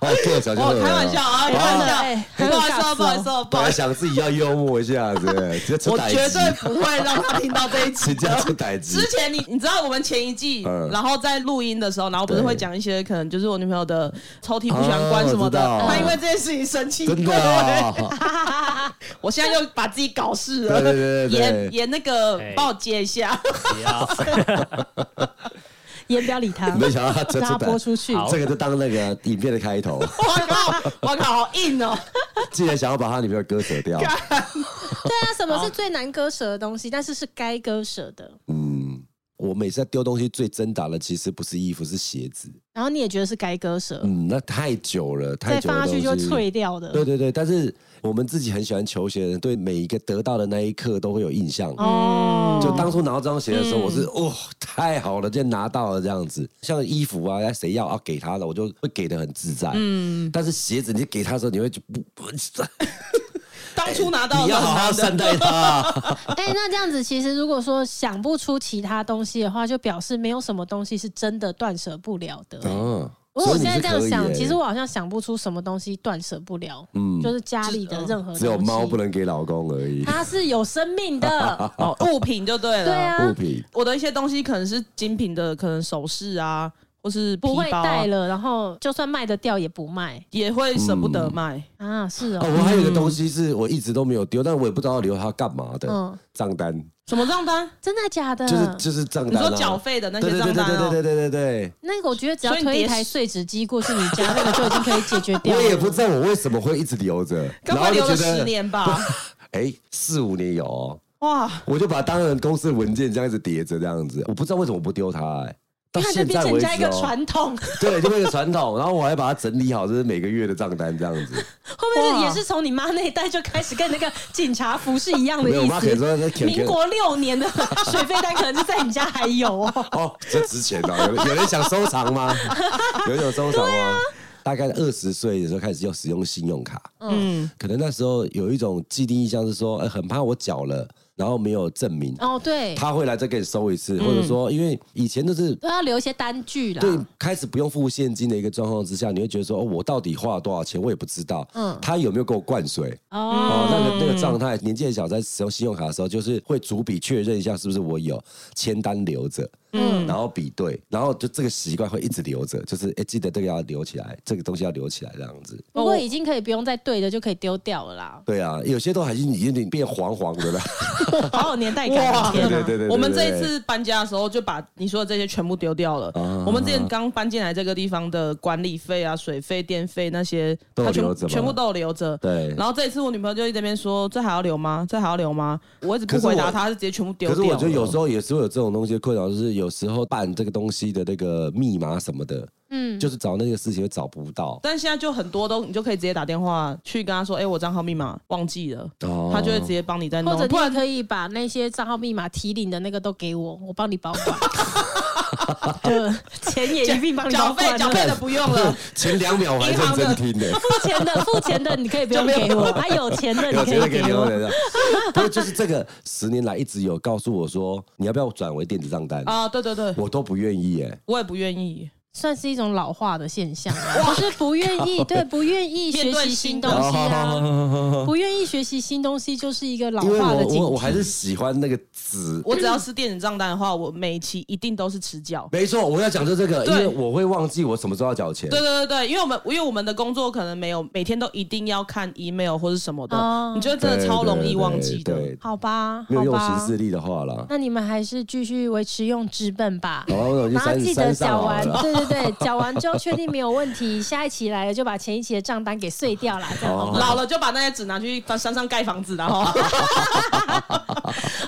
[SPEAKER 3] 哦，这个小
[SPEAKER 2] 我我开玩笑啊，开玩笑
[SPEAKER 1] 哎，
[SPEAKER 2] 不好意思
[SPEAKER 1] 很有
[SPEAKER 2] 哦，不好意思哦，不
[SPEAKER 3] 本
[SPEAKER 2] 好
[SPEAKER 3] 来
[SPEAKER 2] 意思，哦
[SPEAKER 3] 想自己要幽默一下子，直接出
[SPEAKER 2] 我
[SPEAKER 3] 歹
[SPEAKER 2] 绝对
[SPEAKER 3] 机，
[SPEAKER 2] 不会让他听到这一集
[SPEAKER 3] 直接出
[SPEAKER 2] 的。
[SPEAKER 3] 歹机
[SPEAKER 2] 之。 前你你知道我们前一季，
[SPEAKER 3] 嗯
[SPEAKER 2] 然后在录音的时候，然后不是
[SPEAKER 3] 对
[SPEAKER 2] 会讲一些可能就是我女朋友的抽屉不喜欢关什么的
[SPEAKER 3] 哦我知，道
[SPEAKER 2] 她因为这件事情生气，
[SPEAKER 3] 真的 啊，
[SPEAKER 2] 我现在又把自己搞事了，
[SPEAKER 3] 对对对对对
[SPEAKER 2] 演演那个
[SPEAKER 4] 哎
[SPEAKER 2] 帮我接一下，
[SPEAKER 4] 不要，
[SPEAKER 1] 也不要理 他，
[SPEAKER 3] 没想到他真
[SPEAKER 1] 让他
[SPEAKER 3] 出
[SPEAKER 1] 播
[SPEAKER 3] 歹，
[SPEAKER 1] 出去。
[SPEAKER 4] 好
[SPEAKER 3] 这个就当那个影片的开头，
[SPEAKER 2] 我靠，我靠，好硬哦！
[SPEAKER 3] 竟然想要把他女朋友割舍 掉，
[SPEAKER 1] 对啊，什么是最难割舍的东西，但是是该割舍的。
[SPEAKER 3] 嗯。我每次在丢东西最挣扎的，其实不是衣服，是鞋子。
[SPEAKER 1] 然后你也觉得是该割舍，
[SPEAKER 3] 嗯，那太久了，太
[SPEAKER 1] 再
[SPEAKER 3] 久了。
[SPEAKER 1] 放下去就会脆掉的。
[SPEAKER 3] 对对对，但是我们自己很喜欢球鞋的人，对每一个得到的那一刻都会有印象。
[SPEAKER 1] 哦，嗯
[SPEAKER 3] 就当初拿到这双鞋的时候，我是哦太好了，今天拿到了这样子。像衣服啊，哎谁要啊给他的，我就会给的很自在。嗯，但是鞋子你给他的时候，你会就不 不，
[SPEAKER 2] 当初拿到的
[SPEAKER 3] 你要好
[SPEAKER 2] 很
[SPEAKER 3] 好
[SPEAKER 2] 难
[SPEAKER 3] 善
[SPEAKER 2] 的，。
[SPEAKER 3] 待他。
[SPEAKER 1] 哎、那这样子，其实如果说想不出其他东西的话，就表示没有什么东西是真的断舍不了的。
[SPEAKER 3] 嗯，
[SPEAKER 1] 如果我
[SPEAKER 3] 所以
[SPEAKER 1] 现
[SPEAKER 3] 你
[SPEAKER 1] 在这样
[SPEAKER 3] 是可以
[SPEAKER 1] 想，
[SPEAKER 3] 耶
[SPEAKER 1] 其实我好像想不出什么东西断舍不了。嗯，就是家里的任何东西，
[SPEAKER 3] 只有猫不，能给老公而已。
[SPEAKER 1] 它是有生命的
[SPEAKER 2] 哦，物品就对了。
[SPEAKER 1] 对啊，
[SPEAKER 3] 物品
[SPEAKER 2] 我的一些东西可能是精品的，可能首饰啊，或是皮
[SPEAKER 1] 不会
[SPEAKER 2] 包啊、
[SPEAKER 1] 带了，然后就算卖得掉也不卖
[SPEAKER 2] 也会舍不
[SPEAKER 3] 嗯
[SPEAKER 2] 得卖。
[SPEAKER 1] 啊，是
[SPEAKER 3] 哦，
[SPEAKER 1] 哦，
[SPEAKER 3] 我还有一个东西是我一直都没有丢，但我也不知道留它干嘛的
[SPEAKER 1] 嗯，
[SPEAKER 3] 账单，
[SPEAKER 2] 什么账单？
[SPEAKER 1] 真的假的？
[SPEAKER 3] 就是就是账
[SPEAKER 2] 你
[SPEAKER 3] 单啊。
[SPEAKER 2] 说缴费的那
[SPEAKER 3] 对
[SPEAKER 2] 些账
[SPEAKER 3] 对对
[SPEAKER 2] 单
[SPEAKER 3] 对对
[SPEAKER 2] 哦、
[SPEAKER 3] 对对对对。
[SPEAKER 1] 那个我觉得只要
[SPEAKER 2] 所以你
[SPEAKER 1] 推一
[SPEAKER 2] 也
[SPEAKER 1] 台
[SPEAKER 2] 是
[SPEAKER 1] 碎纸机过去你家，那个就已经可以解决掉
[SPEAKER 3] 我
[SPEAKER 1] 了。
[SPEAKER 3] 也不知道我为什么会一直留着，
[SPEAKER 2] 该
[SPEAKER 3] 然
[SPEAKER 2] 不会
[SPEAKER 3] 后就
[SPEAKER 2] 留
[SPEAKER 3] 觉
[SPEAKER 2] 了十
[SPEAKER 3] 得，
[SPEAKER 2] 年吧？
[SPEAKER 3] 哎，四五年有哦，
[SPEAKER 2] 哇，
[SPEAKER 3] 我就把它当成公司的文件这样子叠着这样子，我不知道为什么不丢它，哎，到
[SPEAKER 1] 看着
[SPEAKER 3] 现
[SPEAKER 1] 变
[SPEAKER 3] 在
[SPEAKER 1] 成人
[SPEAKER 3] 为
[SPEAKER 1] 家一
[SPEAKER 3] 止
[SPEAKER 1] 个
[SPEAKER 3] 哦，
[SPEAKER 1] 传统，会
[SPEAKER 3] 对，就变成传统，然后我还把它整理好，这是每个月的账单这样子。
[SPEAKER 1] 不会是
[SPEAKER 2] 哇
[SPEAKER 1] 也是从你妈那一代就开始跟那个警察服是一样的
[SPEAKER 3] 没有，我
[SPEAKER 1] 意
[SPEAKER 3] 妈可能
[SPEAKER 1] 思？
[SPEAKER 3] 说那舔
[SPEAKER 1] 民
[SPEAKER 3] 舔
[SPEAKER 1] 国六年的水费单可能就在你家还有 哦。
[SPEAKER 3] 哦，这值钱哦，有有人想收藏吗？有人想收藏吗？大概二十岁的时候开始要使用信用卡，
[SPEAKER 2] 嗯，
[SPEAKER 3] 可能那时候有一种既定印象是说，呃、很怕我缴了，然后没有证明，
[SPEAKER 1] 哦，对，
[SPEAKER 3] 他会来再给你收一次，或者说，因为以前都是
[SPEAKER 1] 都要留一些单据啦。
[SPEAKER 3] 对，开始不用付现金的一个状况之下，你会觉得说，哦，我到底花了多少钱，我也不知道。嗯
[SPEAKER 1] 嗯，
[SPEAKER 3] 他有没有给我灌水？哦
[SPEAKER 1] 哦，，
[SPEAKER 3] 那个那个状态，年纪很小，在使用信用卡的时候，就是会逐笔确认一下是不是我有签单留着，嗯，然后比对，然后就这个习惯会一直留着，就是哎、诶记得这个要留起来，这个东西要留起来这样子。
[SPEAKER 1] 不过已经可以不用再对的，就可以丢掉了 啦。
[SPEAKER 3] 对啊，有些都还是有点变黄黄的了。
[SPEAKER 1] 好有年代感
[SPEAKER 2] 哇
[SPEAKER 1] 哦，
[SPEAKER 3] 对
[SPEAKER 1] 天
[SPEAKER 3] 对
[SPEAKER 1] 哪！
[SPEAKER 3] 对对，
[SPEAKER 2] 我们这
[SPEAKER 3] 对
[SPEAKER 2] 一次搬家的时候，就把你说的这些全部丢掉了。
[SPEAKER 3] 啊
[SPEAKER 2] 我们之前刚搬进来这个地方的管理费啊、水费、电费那些，
[SPEAKER 3] 都有
[SPEAKER 2] 他全部
[SPEAKER 3] 留着吗
[SPEAKER 2] 全部都有留着。
[SPEAKER 3] 对
[SPEAKER 2] 然后这一次我女朋友就一直在那边说：“这还要留吗？这还要留吗？”我一直
[SPEAKER 3] 可
[SPEAKER 2] 不
[SPEAKER 3] 是我
[SPEAKER 2] 回答她，就直接全部丢
[SPEAKER 3] 可
[SPEAKER 2] 掉
[SPEAKER 3] 是
[SPEAKER 2] 了。
[SPEAKER 3] 我觉得有时候也是会有这种东西的困扰，就是有时候办这个东西的那个密码什么的，嗯，就是找那个事情会找不到。
[SPEAKER 2] 但现在就很多都，你就可以直接打电话去跟他说：“哎、我账号密码忘记了。
[SPEAKER 3] 哦
[SPEAKER 2] 他就会直接帮你再
[SPEAKER 1] 或
[SPEAKER 2] 弄
[SPEAKER 1] 者。
[SPEAKER 2] 不
[SPEAKER 1] 你也
[SPEAKER 2] 然
[SPEAKER 1] 可以把那些账号密码提领的那个都给我，我帮你保 管。对，钱也一并帮你保
[SPEAKER 2] 缴
[SPEAKER 1] 管
[SPEAKER 2] 费
[SPEAKER 1] 了。
[SPEAKER 2] 缴费的不用 了，
[SPEAKER 3] 前两秒我还认真听呢、
[SPEAKER 1] 付钱的付钱的你可以不用给我，啊有钱的你可
[SPEAKER 3] 有钱的
[SPEAKER 1] 以
[SPEAKER 3] 给
[SPEAKER 1] 给
[SPEAKER 3] 留
[SPEAKER 1] 我。
[SPEAKER 3] 人 了。不是，就是这个十年来一直有告诉我说，你要不要转为电子账单？
[SPEAKER 2] 啊，对对对，
[SPEAKER 3] 我都不愿意耶、
[SPEAKER 2] 我也不愿意。
[SPEAKER 1] 算是一种老化的现象啊，就是 不愿意，对，不愿意学
[SPEAKER 2] 面对
[SPEAKER 1] 习新
[SPEAKER 2] 新
[SPEAKER 1] 东
[SPEAKER 2] 的
[SPEAKER 1] 西啊，不愿意学习新东西就是一个老
[SPEAKER 3] 因为
[SPEAKER 1] 化
[SPEAKER 3] 我
[SPEAKER 1] 的警
[SPEAKER 3] 我我
[SPEAKER 1] 惕。
[SPEAKER 3] 还是喜欢那个纸。
[SPEAKER 2] 我只要是电子账单的话，我每一期一定都是迟缴。
[SPEAKER 3] 没错，我要讲就这个，因
[SPEAKER 2] 对
[SPEAKER 3] 为我会忘记我什么时候要缴钱。
[SPEAKER 2] 对对对对，因为我们因为我们的工作可能没有每天都一定要看 email 或是什么的，
[SPEAKER 1] 哦
[SPEAKER 2] 你就真的超容易忘记的。
[SPEAKER 3] 对对对
[SPEAKER 1] 好吧，
[SPEAKER 3] 没有
[SPEAKER 1] 好
[SPEAKER 3] 用
[SPEAKER 1] 吧
[SPEAKER 3] 行，事力的话啦。
[SPEAKER 1] 那你们还是继续维持用纸本吧。
[SPEAKER 3] 好吧，我去
[SPEAKER 1] 然后
[SPEAKER 3] 山
[SPEAKER 1] 记得
[SPEAKER 3] 山
[SPEAKER 1] 缴
[SPEAKER 3] 上好
[SPEAKER 1] 完，
[SPEAKER 3] 了。
[SPEAKER 1] 对对对，缴完之后确定没有问题，下一期来了就把前一期的账单给碎掉啦。这样好吗？
[SPEAKER 2] 老了就把那些纸拿去山上盖房子了哈。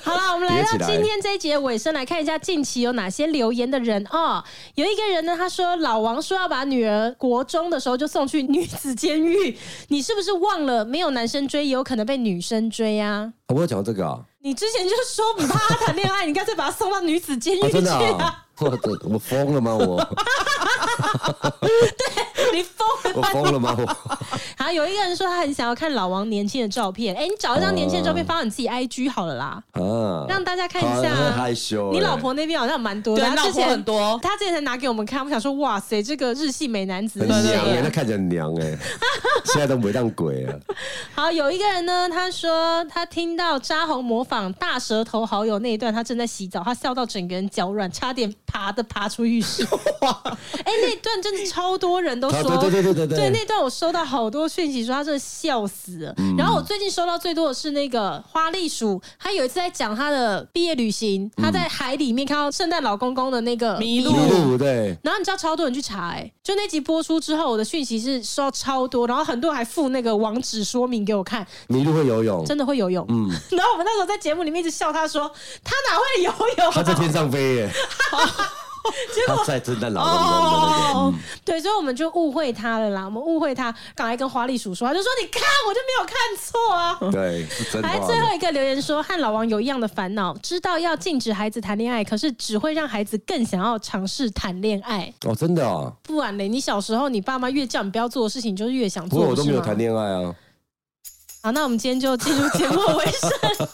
[SPEAKER 1] 好了，我们来
[SPEAKER 3] 叠起
[SPEAKER 1] 到
[SPEAKER 3] 来
[SPEAKER 1] 今天这一节尾声，来看一下近期有哪些留言的人哦。有一个人呢，他说老王说要把女儿国中的时候就送去女子监狱，你是不是忘了没有男生追，也有可能被女生追啊？
[SPEAKER 3] 我有讲这个啊，
[SPEAKER 1] 你之前就说不怕他谈恋爱，你干脆把他送到女子监狱
[SPEAKER 3] 哦
[SPEAKER 1] 去
[SPEAKER 3] 真 的
[SPEAKER 1] 啊！
[SPEAKER 3] 啊，我我疯了吗？我
[SPEAKER 1] 你疯了！
[SPEAKER 3] 我疯了吗？我
[SPEAKER 1] 好，有一个人说他很想要看老王年轻的照片，哎、你找一张年轻的照片
[SPEAKER 3] 哦
[SPEAKER 1] 放到你自己 IG 好了啦。
[SPEAKER 3] 啊，
[SPEAKER 1] 让大家看一下
[SPEAKER 3] 好很害羞欸。
[SPEAKER 1] 你老婆那边好像蛮多的，
[SPEAKER 2] 对，
[SPEAKER 1] 他
[SPEAKER 2] 老
[SPEAKER 1] 之
[SPEAKER 2] 婆
[SPEAKER 1] 前
[SPEAKER 2] 很多，
[SPEAKER 1] 哦他之前才拿给我们看，我们想说，哇塞，这个日系美男子
[SPEAKER 3] 很
[SPEAKER 1] 是不是
[SPEAKER 3] 娘哎，那看起来很娘 哎，现在都没当鬼啊了。
[SPEAKER 1] 好，有一个人呢，他说他听到扎红模仿大舌头好友那一段，他正在洗澡，他笑到整个人脚软，差点爬的爬出浴 室。哇！哎、那一段真的超多人都
[SPEAKER 3] 啊
[SPEAKER 1] 说，
[SPEAKER 3] 对对对对对对
[SPEAKER 1] 那段我收到好多讯息，说他真的笑死了。
[SPEAKER 3] 嗯
[SPEAKER 1] 然后我最近收到最多的是那个花栗鼠，他有一次在讲他的毕业旅行，他在海里面看到圣诞老公公的那个
[SPEAKER 2] 迷路
[SPEAKER 3] 迷路对，
[SPEAKER 1] 然后你知道超多人去查、欸，就那集播出之后，我的讯息是收到超多，然后很多人还附那个网址说明给我看，
[SPEAKER 3] 迷路会游泳，
[SPEAKER 1] 真的会游泳。嗯， 然后我们那时候在节目里面一直笑他说他哪会游泳、
[SPEAKER 3] 他
[SPEAKER 1] 啊，
[SPEAKER 3] 在天上飞耶，他在真的老
[SPEAKER 1] 哦
[SPEAKER 3] 公公的那个，
[SPEAKER 1] 对，所以我们就误会他了啦，我们误会他，赶快跟花栗鼠说，他就说你看我就没有看错啊。
[SPEAKER 3] 嗯对，是 真的
[SPEAKER 1] 来，
[SPEAKER 3] 话。
[SPEAKER 1] 最后一个留言说，和老王有一样的烦恼，知道要禁止孩子谈恋爱，可是只会让孩子更想要尝试谈恋爱。
[SPEAKER 3] 哦，真的啊，
[SPEAKER 1] 不然嘞，你小时候你爸妈越叫你不要做的事情，你就越想
[SPEAKER 3] 不
[SPEAKER 1] 做。
[SPEAKER 3] 过我都没有
[SPEAKER 1] 是吗
[SPEAKER 3] 谈恋爱啊，
[SPEAKER 1] 好，那我们今天就进入节目尾 声。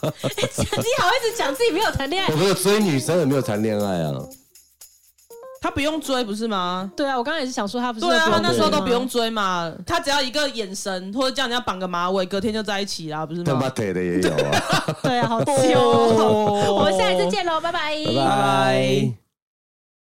[SPEAKER 1] 你好意思讲自己没有谈恋
[SPEAKER 3] 我
[SPEAKER 1] 爱？
[SPEAKER 3] 没有追女生，也没有谈恋爱啊。
[SPEAKER 2] 他不用追不是吗？
[SPEAKER 1] 对啊，我刚刚也是想说他不是
[SPEAKER 2] 对啊，
[SPEAKER 1] 都不
[SPEAKER 2] 他
[SPEAKER 1] 用
[SPEAKER 2] 那时候都不用
[SPEAKER 1] 吗。
[SPEAKER 2] 追嘛，他只要一个眼神或者叫人家绑个马尾，隔天就在一起啦，不是
[SPEAKER 3] 他
[SPEAKER 2] 吗
[SPEAKER 3] 妈？腿的也有啊，
[SPEAKER 1] 对啊，好糗哦。
[SPEAKER 2] 哦
[SPEAKER 1] 我们下一次见喽，拜拜。
[SPEAKER 2] 拜
[SPEAKER 3] 拜拜。